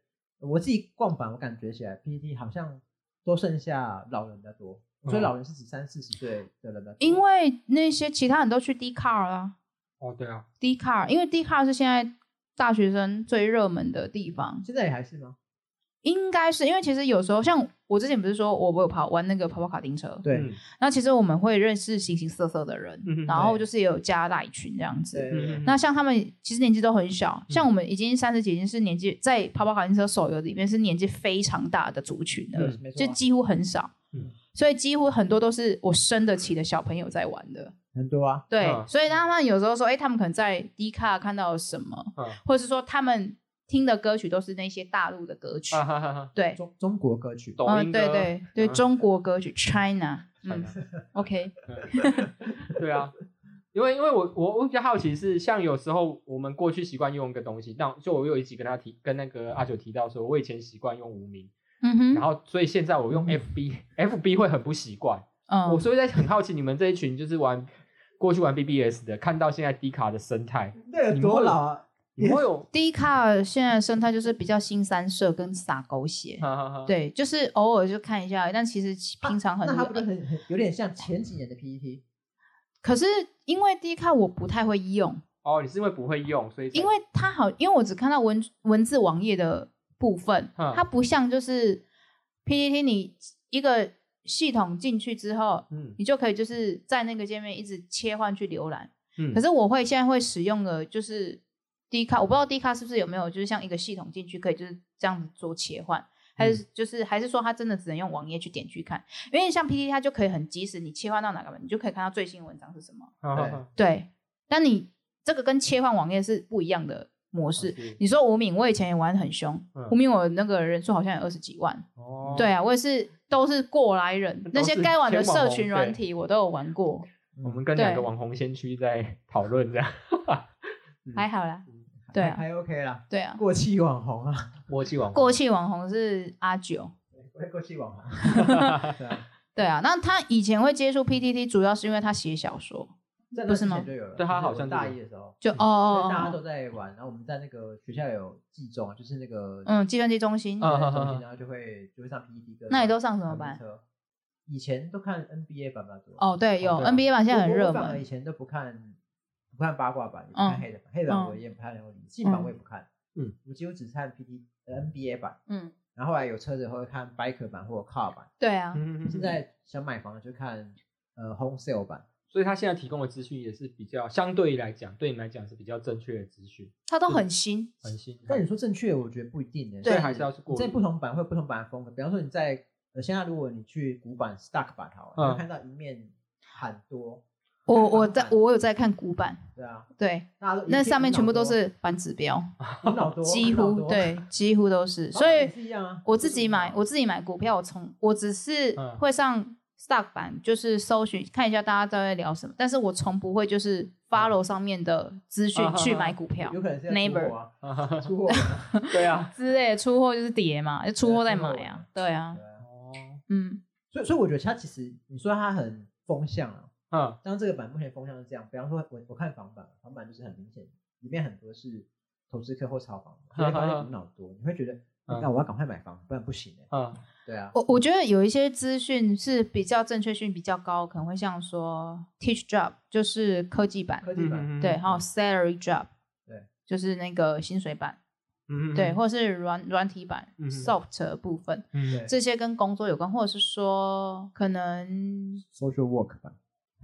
Speaker 1: 我自己逛版，我感觉起来 PPT 好像都剩下老人比较多。我觉得
Speaker 2: 嗯
Speaker 1: 老人是指三四十岁的人的，
Speaker 3: 因为那些其他人都去 D car 啦、
Speaker 2: 哦，对啊，
Speaker 3: d c a r 因为 d c a r 是现在大学生最热门的地方，
Speaker 1: 现在也还是
Speaker 2: 嗯
Speaker 1: 吗？
Speaker 3: 应该是因为其实有时候像我之前不是说我我有跑玩那个跑跑卡丁车，
Speaker 1: 对
Speaker 2: 嗯
Speaker 3: 那其实我们会认识形形色色的人，
Speaker 2: 嗯哼
Speaker 3: 然后就是也有加赖群这样子。
Speaker 1: 对，
Speaker 2: 嗯
Speaker 3: 那像他们其实年纪都很小，像我们已经三十几，已经是年纪在跑跑卡丁车手游里面是年纪非常大的族群了，
Speaker 1: 没错
Speaker 3: 就
Speaker 1: 啊，
Speaker 3: 几乎很少。
Speaker 2: 嗯
Speaker 3: 所以几乎很多都是我生得起的小朋友在玩的，
Speaker 1: 很多啊，
Speaker 3: 对，
Speaker 2: 嗯
Speaker 3: 所以他们有时候说，哎、他们可能在 D 卡看到了什么，
Speaker 2: 嗯
Speaker 3: 或者是说他们听的歌曲都是那些大陆的歌曲，
Speaker 2: 啊哈哈哈，
Speaker 3: 对，
Speaker 1: 中中国歌曲，
Speaker 2: 抖
Speaker 3: 嗯，
Speaker 2: 音
Speaker 3: 对
Speaker 2: 歌
Speaker 3: 对对，
Speaker 2: 啊
Speaker 3: 中国歌曲 China，
Speaker 2: 看
Speaker 3: 嗯
Speaker 2: 啊
Speaker 3: ，OK，
Speaker 2: 对啊，因为因为我我我比较好奇是，像有时候我们过去习惯用一个东西，但就我有一集跟他提，跟那个阿九提到说，我以前习惯用无名，
Speaker 3: 嗯哼，
Speaker 2: 然后所以现在我用 FB，FB、FB 会很不习惯。我
Speaker 3: 嗯，
Speaker 2: 所以在很好奇你们这一群就是玩过去玩 BBS 的，看到现在 D 卡的生态，
Speaker 1: 那有多老啊？
Speaker 2: 你们会有
Speaker 3: D 卡现在的生态就是比较新三社跟撒狗血，
Speaker 2: 哈哈哈，
Speaker 3: 对，就是偶尔就看一下，但其实平常很
Speaker 1: 哦啊那
Speaker 3: 热
Speaker 1: 他不是很很有点像前几年的 PPT？
Speaker 3: 可是因为 D 卡我不太会用，
Speaker 2: 哦，你是因为不会用，所以才
Speaker 3: 因为它好，因为我只看到文文字网页的部分，
Speaker 2: 嗯
Speaker 3: 它不像就是 PPT，你一个系统进去之后，
Speaker 2: 嗯
Speaker 3: 你就可以就是在那个界面一直切换去浏览。
Speaker 2: 嗯，
Speaker 3: 可是我会现在会使用的就是 D 卡，我不知道 D 卡是不是有没有就是像一个系统进去可以就是这样子做切换。还
Speaker 2: 嗯
Speaker 3: 是就是还是说它真的只能用网页去点去看，因为像 PPT 它就可以很及时，你切换到哪个文，你就可以看到最新文章是什么。
Speaker 2: 哈哈哈
Speaker 3: 对，但你这个跟切换网页是不一样的模式。
Speaker 2: 是
Speaker 3: 你说吴敏，我以前也玩得很凶，
Speaker 2: 嗯
Speaker 3: 吴敏我那个人数好像有二十几万。
Speaker 2: 哦，
Speaker 3: 对啊，我也是都是过来人
Speaker 2: 都，
Speaker 3: 那些
Speaker 2: 是
Speaker 3: 该玩的
Speaker 2: 前网
Speaker 3: 社
Speaker 1: 哦
Speaker 2: 红
Speaker 3: 群
Speaker 2: 对
Speaker 3: 软体我都有玩过，
Speaker 1: 嗯
Speaker 2: 我们跟两个
Speaker 3: 对
Speaker 2: 网红先驱在讨论这样，
Speaker 3: 还好啦
Speaker 2: 嗯。
Speaker 3: 对
Speaker 1: 还
Speaker 3: 啊，
Speaker 1: 还 OK 啦，
Speaker 3: 对啊，
Speaker 1: 过气网红啊，
Speaker 2: 国际网红
Speaker 3: 过气网红是阿九。
Speaker 1: 对过气网 红，对啊
Speaker 3: 对啊，那他以前会接触 PTT，主要是因为他写小说，
Speaker 1: 在那
Speaker 3: 不是
Speaker 1: 之前
Speaker 3: 吗
Speaker 1: 就有了，
Speaker 2: 对他好
Speaker 1: 就
Speaker 2: 像
Speaker 1: 是我大
Speaker 2: 就有
Speaker 1: 一的时候，
Speaker 3: 就哦
Speaker 1: 因为
Speaker 3: 哦
Speaker 1: 嗯大家
Speaker 3: 哦
Speaker 1: 都
Speaker 3: 哦，
Speaker 1: 在玩，然后我们在那个学校有计中啊，就是那个
Speaker 3: 嗯，计算机中心，
Speaker 2: 嗯
Speaker 1: 在中
Speaker 2: 嗯嗯
Speaker 1: 心，然后就会就会上 PPT 跟
Speaker 3: 那你都上什么
Speaker 1: 卡丁
Speaker 3: 班？
Speaker 1: 车？以前都看 NBA 版比较多，
Speaker 3: 哦，对，
Speaker 2: 哦
Speaker 3: 有
Speaker 2: 对啊
Speaker 3: NBA 版
Speaker 1: 我，
Speaker 3: 现在很
Speaker 1: 我
Speaker 3: 热
Speaker 1: 我反而
Speaker 3: 门
Speaker 1: 以，前都不看，不看八卦版，也不看
Speaker 3: 嗯
Speaker 1: 黑的版，黑的版
Speaker 3: 嗯
Speaker 1: 我也不看，然后性版我也不看，
Speaker 2: 嗯，
Speaker 1: 我几乎只看 PT 呃 NBA 版，
Speaker 3: 嗯，
Speaker 1: 然后后来有车子会看 biker 版或者 car 版，
Speaker 3: 对啊，
Speaker 2: 嗯
Speaker 1: 现，在想买房就看呃 home sale 版，
Speaker 2: 所以他现在提供的资讯也是比较相对于来讲，对你们来讲是比较正确的资讯，
Speaker 3: 他都很新，
Speaker 2: 很新。
Speaker 1: 但你说正确，我觉得不一定欸的，
Speaker 2: 所
Speaker 3: 对
Speaker 2: 以还是要去过
Speaker 1: 在
Speaker 2: 滤
Speaker 1: 不同版会有不同版的风格，比方说你在呃现在如果你去古版 stock 版好了，你
Speaker 2: 嗯
Speaker 1: 会看到一面很多，
Speaker 3: 我我
Speaker 1: 看
Speaker 3: 在
Speaker 1: 房版
Speaker 3: 我有在看古版，
Speaker 1: 对啊，
Speaker 3: 对，
Speaker 1: 大家都
Speaker 3: 那
Speaker 1: 一片
Speaker 3: 上面
Speaker 1: 一脑
Speaker 3: 全部都
Speaker 1: 多哦
Speaker 3: 是反指标，
Speaker 1: 一 脑多，
Speaker 3: 几
Speaker 1: 一脑
Speaker 3: 乎
Speaker 1: 多，
Speaker 3: 对，几乎都是。
Speaker 1: 老
Speaker 3: 所
Speaker 1: 板
Speaker 3: 以
Speaker 1: 也是一样啊，
Speaker 3: 我自己买，我自己买股票，我从我只是
Speaker 2: 嗯
Speaker 3: 会上 stock 版，就是搜寻看一下大家都在聊什么，但是我从不会就是 follow 上面的资讯
Speaker 2: 嗯啊哈哈
Speaker 3: 去买股票
Speaker 1: 有可能是要出
Speaker 3: Neighbor
Speaker 1: 货啊，
Speaker 2: 对
Speaker 1: 出货啊，
Speaker 2: 啊，
Speaker 3: 之类的，出货就是跌嘛，就出货再买啊，对啊
Speaker 1: 对，啊
Speaker 2: 哦，
Speaker 3: 嗯，
Speaker 1: 所以所以我觉得它其实你说它很风向啊，
Speaker 2: 嗯
Speaker 1: 当然这个版目前风向是这样，比方说我我看房版，房版就是很明显，里面很多是投资客或炒房的，你会发现无脑多，你会 觉得。
Speaker 2: 嗯
Speaker 1: 那我要赶快买房，不然不行哎、
Speaker 2: 嗯
Speaker 1: 对啊，
Speaker 3: 我我觉得有一些资讯是比较正确性比较高，可能会像说 Teach Job 就是科技版，
Speaker 1: 科技版，
Speaker 2: 嗯，
Speaker 3: 对，还有 Salary Job，
Speaker 1: 对，
Speaker 3: 就是那个薪水版，
Speaker 2: 嗯，嗯
Speaker 3: 对，，或是软软体版
Speaker 2: 嗯
Speaker 3: Soft 的部分，
Speaker 2: 嗯
Speaker 1: 对
Speaker 3: 这些跟工作有关，或者是说可能
Speaker 1: social work 版，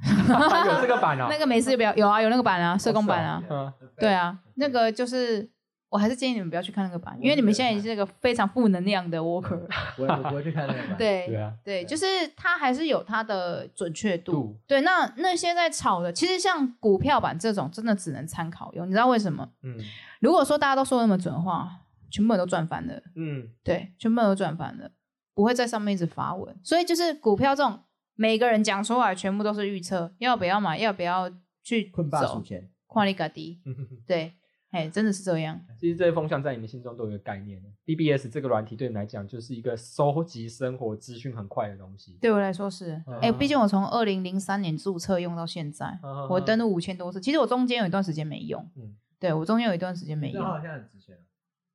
Speaker 2: 有这个版啊，
Speaker 3: 那个没事就不要有啊，有那个版啊，社工版啊
Speaker 1: 哦，
Speaker 2: 嗯，
Speaker 3: 对啊，那
Speaker 1: 对
Speaker 3: 个就是我还是建议你们不要去看那个版，因为你们现在也是那个非常负能量的 worker，
Speaker 1: 我也我不会去看 那个版，，
Speaker 2: 对
Speaker 3: 对。
Speaker 2: 啊，
Speaker 3: 对，就是它还是有它的准确度。
Speaker 2: 度，
Speaker 3: 对，那那些在炒的，其实像股票版这种，真的只能参考用。你知道为什么？
Speaker 2: 嗯
Speaker 3: 如果说大家都说那么准的话，全部人都赚翻了。
Speaker 2: 嗯
Speaker 3: 对，全部都转翻了，不会在上面一直发文。所以就是股票这种，每个人讲出来全部都是预测，要不要买，要不要去
Speaker 1: 困霸数
Speaker 3: 走，
Speaker 1: 钱，
Speaker 3: 跨利嘎低，
Speaker 2: 嗯嗯。嗯
Speaker 3: 对，哎，真的是这样。
Speaker 1: 嗯
Speaker 2: 其实这些风向在你们心中都有一个概念，BBS 这个软体对你们来讲就是一个收集生活资讯很快的东西。
Speaker 3: 对我来说是，哎、
Speaker 2: 嗯
Speaker 3: 毕竟我从二零零三年注册用到现在，
Speaker 2: 嗯，
Speaker 3: 我登
Speaker 2: 录，
Speaker 3: 录五千多次，其实我中间有一段时间没用，
Speaker 2: 嗯
Speaker 3: 对我中间有一段时间没
Speaker 1: 账号
Speaker 3: 用
Speaker 1: 现在很值钱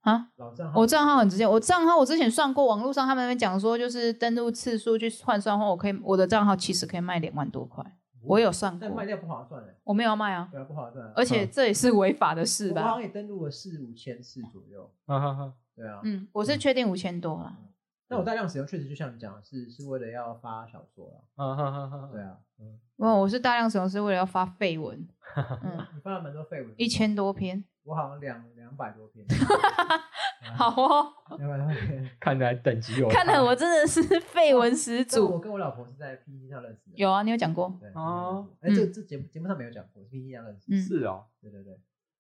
Speaker 1: 啊，
Speaker 3: 啊。
Speaker 1: 老账号
Speaker 3: 我账号很直接，我账号我之前算过，网络上他们那边讲说，就是登录次数去换算的话，我可以我的账号其实可以卖两万多块。我有算
Speaker 1: 但哦
Speaker 3: 过
Speaker 1: 卖，掉不划算的，
Speaker 3: 我没有要卖啊，
Speaker 1: 对啊，不划算。
Speaker 3: 哦而且
Speaker 2: 嗯
Speaker 3: 这也是违法的事
Speaker 1: 我好
Speaker 3: 吧？
Speaker 1: 像也登录了四五千次左右，
Speaker 2: 哈哈哈，
Speaker 1: 对啊。
Speaker 3: 嗯，我是确定五千多了。
Speaker 1: 但我大量使用确实就像你讲的是，是为了要发小说啊，
Speaker 2: 哈哈哈哈
Speaker 1: 对啊，
Speaker 3: 哦，我是大量使用是为了要发绯 闻，嗯，
Speaker 1: 你发了蛮多废文，
Speaker 3: 一，千多篇，
Speaker 1: 我好像两两百多 篇，
Speaker 3: 好哦，
Speaker 1: 两百多篇。
Speaker 2: 看来等级有
Speaker 4: 看
Speaker 2: 差
Speaker 4: 来我真的 是绯闻始
Speaker 1: 但
Speaker 4: 祖
Speaker 1: 我。跟我老婆是在 PPT 上认识的，
Speaker 3: 有啊，你有讲过，
Speaker 1: 对
Speaker 2: 哦，
Speaker 1: 哎，这这节目节目上没有讲过，是 PPT 上认识的，
Speaker 3: 嗯，
Speaker 2: 是哦。
Speaker 1: 对对对。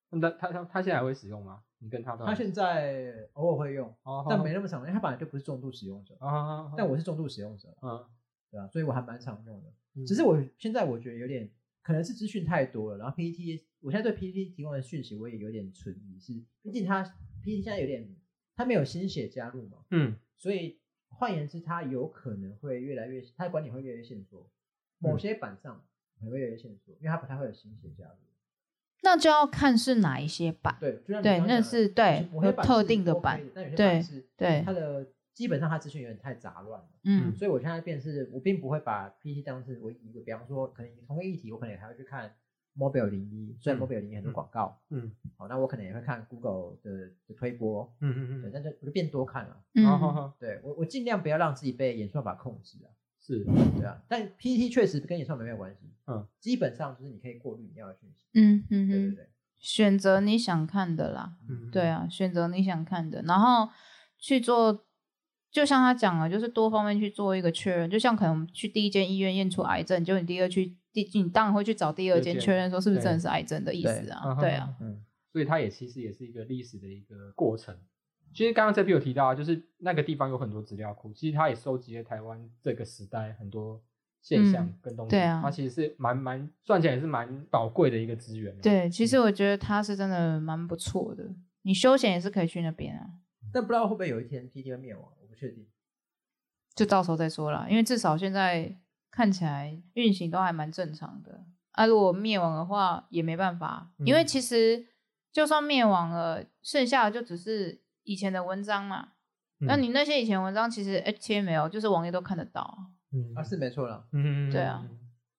Speaker 2: 那他他他现在还会使用吗？你跟他都
Speaker 1: 他现在偶尔会用，
Speaker 2: 哦，
Speaker 1: 但没那么常，因为他本来就不是重度使用者，
Speaker 2: 啊，
Speaker 1: 但我是重度使用者，
Speaker 2: 嗯，
Speaker 1: 对啊，所以我还蛮常用的。
Speaker 2: 嗯
Speaker 1: 只是我现在我觉得有点，可能是资讯太多了，然后 PPT，我现在对 PPT 提供的讯息我也有点存疑，是毕竟它 PPT 现在有点，它没有新血加入嘛，
Speaker 2: 嗯
Speaker 1: 所以换言之，它有可能会越来越，它的观点会越来越限缩，
Speaker 3: 嗯
Speaker 1: 某些版上可能会越来越限缩，因为它不太会有新血加入。
Speaker 3: 那就要看是哪一些版，
Speaker 1: 对，就像你
Speaker 3: 对
Speaker 1: 刚刚
Speaker 3: 那
Speaker 1: 讲的
Speaker 3: 是对
Speaker 1: 有些某些
Speaker 3: 有
Speaker 1: 版
Speaker 3: 特
Speaker 1: 是
Speaker 3: 定的
Speaker 1: OK
Speaker 3: 版，
Speaker 1: 但有些
Speaker 3: 对
Speaker 1: 版是
Speaker 3: 对
Speaker 1: 它的基本上它资讯有点太杂乱了。
Speaker 3: 嗯
Speaker 1: 所以我现在变是，我并不会把 PT 当成唯一一个，比方说，可能同一个议题，我可能还会去看 Mobile 零一，虽然
Speaker 2: 嗯
Speaker 1: Mobile 零一很多
Speaker 2: 嗯
Speaker 1: 广告，
Speaker 2: 嗯
Speaker 1: 好，那我可能也会看 Google 的的推播，
Speaker 2: 嗯嗯
Speaker 1: 对，
Speaker 2: 嗯
Speaker 1: 但就我就变多看了，
Speaker 2: 嗯，好
Speaker 3: 嗯，
Speaker 2: 好
Speaker 1: 对我我尽量不要让自己被演算法控制啊，
Speaker 2: 是
Speaker 1: 对啊，
Speaker 3: 嗯
Speaker 1: 但 PT 确实跟演算法没有关系，
Speaker 2: 嗯，
Speaker 1: 基本上就是你可以过滤你要的讯息，
Speaker 3: 嗯嗯
Speaker 1: 对对
Speaker 3: 嗯，
Speaker 1: 对，
Speaker 3: 选择你想看的啦，
Speaker 2: 嗯
Speaker 3: 对啊，选择你想看的，然后去做，就像他讲了，就是多方面去做一个确认。就像可能我们去第一间医院验出癌症，就你第二去第，你当然会去找第二
Speaker 2: 第二
Speaker 3: 间
Speaker 2: 间
Speaker 3: 确认说是不是真的
Speaker 2: 对
Speaker 3: 是癌症的意
Speaker 1: 对
Speaker 3: 思啊？对啊，，
Speaker 1: 嗯，
Speaker 2: 所以它也其实也是一个历史的一个过程。其实刚刚这边有提到啊，就是那个地方有很多资料库，其实它也收集了台湾这个时代很多现象
Speaker 3: 嗯
Speaker 2: 跟东西，
Speaker 3: 对啊
Speaker 2: 它其实是蛮蛮算起来也是蛮宝贵的一个资源啊。
Speaker 3: 对，其实我觉得他是真的蛮不错的。你休闲也是可以去那边啊，
Speaker 1: 但不知道会不会有一天 PT 会灭亡，我不确定，
Speaker 3: 就到时候再说啦。因为至少现在看起来运行都还蛮正常的啊。如果灭亡的话也没办法，因为
Speaker 2: 嗯
Speaker 3: 其实就算灭亡了，剩下的就只是以前的文章嘛。那
Speaker 2: 嗯
Speaker 3: 你那些以前文章其实 HTML 就是网页都看得到啊，
Speaker 2: 嗯
Speaker 1: 啊，是没错啦。
Speaker 2: 嗯
Speaker 3: 对啊，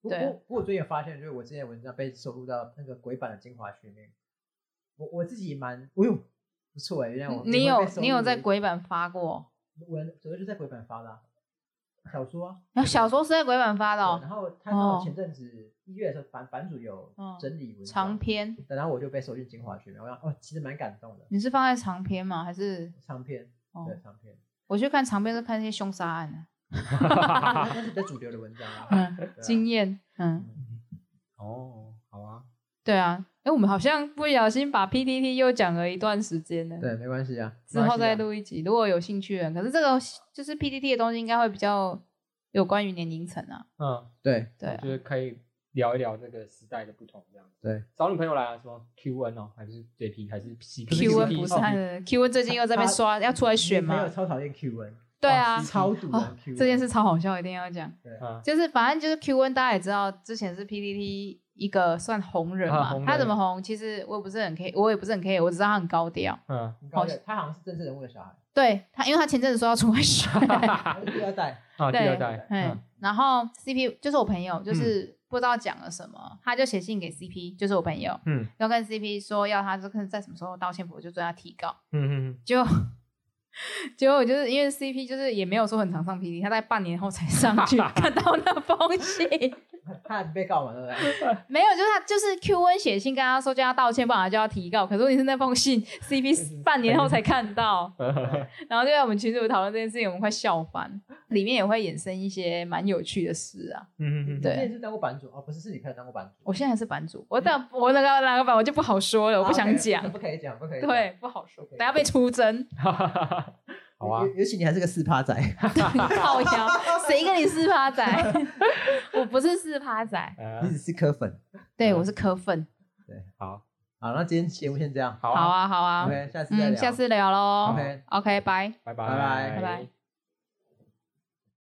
Speaker 1: 不
Speaker 3: 对啊
Speaker 1: 过，不过我最近有发现，就是我之前的文章被收录到那个鬼版的精华区里面，我我自己蛮，哎呦，不错哎、原来我
Speaker 3: 啊嗯你
Speaker 1: 也会
Speaker 3: 有
Speaker 1: 被收录
Speaker 3: 你有在鬼版发过？
Speaker 1: 文，主要就在鬼版发的啊、小说啊，
Speaker 3: 然后小说是在鬼版发的
Speaker 1: 对
Speaker 3: 哦
Speaker 1: 然，后他刚好
Speaker 3: 哦
Speaker 1: 前阵子一月的时候，版版主有
Speaker 3: 哦
Speaker 1: 整理文章
Speaker 3: 长，篇。
Speaker 1: 然后我就被收进精华区里面，我想哦，其实蛮感动的，
Speaker 3: 你是放在长篇吗？还是
Speaker 1: 长篇，
Speaker 3: 哦？
Speaker 1: 对长 篇，
Speaker 3: 我去看长篇是看那些凶杀案啊，
Speaker 1: 那那是比较主流的文章啊，对
Speaker 3: 嗯，
Speaker 1: 啊
Speaker 3: 经验，嗯，
Speaker 2: 哦，好啊，
Speaker 3: 对啊。哎，我们好像不小心把 PPT 又讲了一段时间呢。
Speaker 1: 对，没关系啊，
Speaker 3: 之后再录一集，如果有兴趣的人。可是这个就是 PPT 的东西，应该会比较有关于年龄层啊。
Speaker 2: 嗯，
Speaker 1: 对，
Speaker 3: 对啊
Speaker 2: 就，是可以聊一聊这个时代的不同这样子。
Speaker 1: 对，
Speaker 2: 找女朋友来啊，什么 QN 哦，还是 JP 还是 CP？
Speaker 3: Q 文不是
Speaker 2: 哦
Speaker 3: 他的 Q 文最近又在被刷，要出来选
Speaker 1: 哦没有
Speaker 3: 嘛？
Speaker 1: 超讨厌 Q 文，
Speaker 3: 对啊，
Speaker 1: 超堵的
Speaker 3: 哦
Speaker 1: Q，文
Speaker 3: 这件事超好笑，一定要讲。
Speaker 1: 对。
Speaker 2: 啊，
Speaker 3: 就是反正就是 Q N，大家也知道，之前是 P T T 一个算红人
Speaker 2: 啊
Speaker 3: 嘛，
Speaker 2: 红人
Speaker 3: 他怎么红？其实我也不是很 care，我也不是很 care，我只知道他很高调。
Speaker 2: 嗯，
Speaker 1: 很高调他好像是政治人物的小孩，
Speaker 3: 对他，因为他前阵子说要出来选，
Speaker 1: 他是第二代，
Speaker 2: 啊，第
Speaker 3: 对
Speaker 2: 二代，
Speaker 3: 哎
Speaker 2: 嗯，
Speaker 3: 然后 C P 就是我朋友，就是不知道讲了什么，他就写信给 C P，就是我朋友，
Speaker 2: 嗯
Speaker 3: 要跟 C P 说要他这个在什么时候道歉，我就对他提告。
Speaker 2: 嗯嗯
Speaker 3: 就结果就是因为 CP 就是也没有说很常上 PD，他在半年后才上去看到那封信，
Speaker 1: 他还被告嘛，对不对？
Speaker 3: 没有，就是他就是 Q 温写信跟他说叫他道歉，不然他就要提告。可是问题是那封信 CP 半年后才看到，
Speaker 2: 嗯，
Speaker 3: 然后就在我们群组讨论这件事情，我们快笑翻。里面也会衍生一些蛮有趣的事啊。
Speaker 2: 嗯
Speaker 3: 对
Speaker 1: 你也是当过版主哦，不是，是你朋友当过版主。
Speaker 3: 我现在还是版主，我但我那个哪个版我就不好说了，我不想讲。
Speaker 1: 嗯啊不可以讲，不可以讲。
Speaker 3: 对，不好说，
Speaker 1: OK
Speaker 3: 等下被出征，
Speaker 2: 哈哈哈，好啊
Speaker 1: 尤，尤其你还是个四趴仔，
Speaker 3: 靠腰，谁跟你是趴仔？ 我不是是趴仔，
Speaker 1: 你
Speaker 2: 嗯，
Speaker 1: 只是磕粉。
Speaker 3: 对，我是科粉。
Speaker 2: 好，
Speaker 1: 好，那今天节目先这样。
Speaker 2: 好
Speaker 3: 好，啊，好啊，
Speaker 1: OK，下次再
Speaker 3: 嗯，
Speaker 1: 聊。
Speaker 3: 下次聊喽。
Speaker 1: OK
Speaker 3: OK，拜。
Speaker 2: 拜拜
Speaker 1: 拜拜
Speaker 3: 拜拜。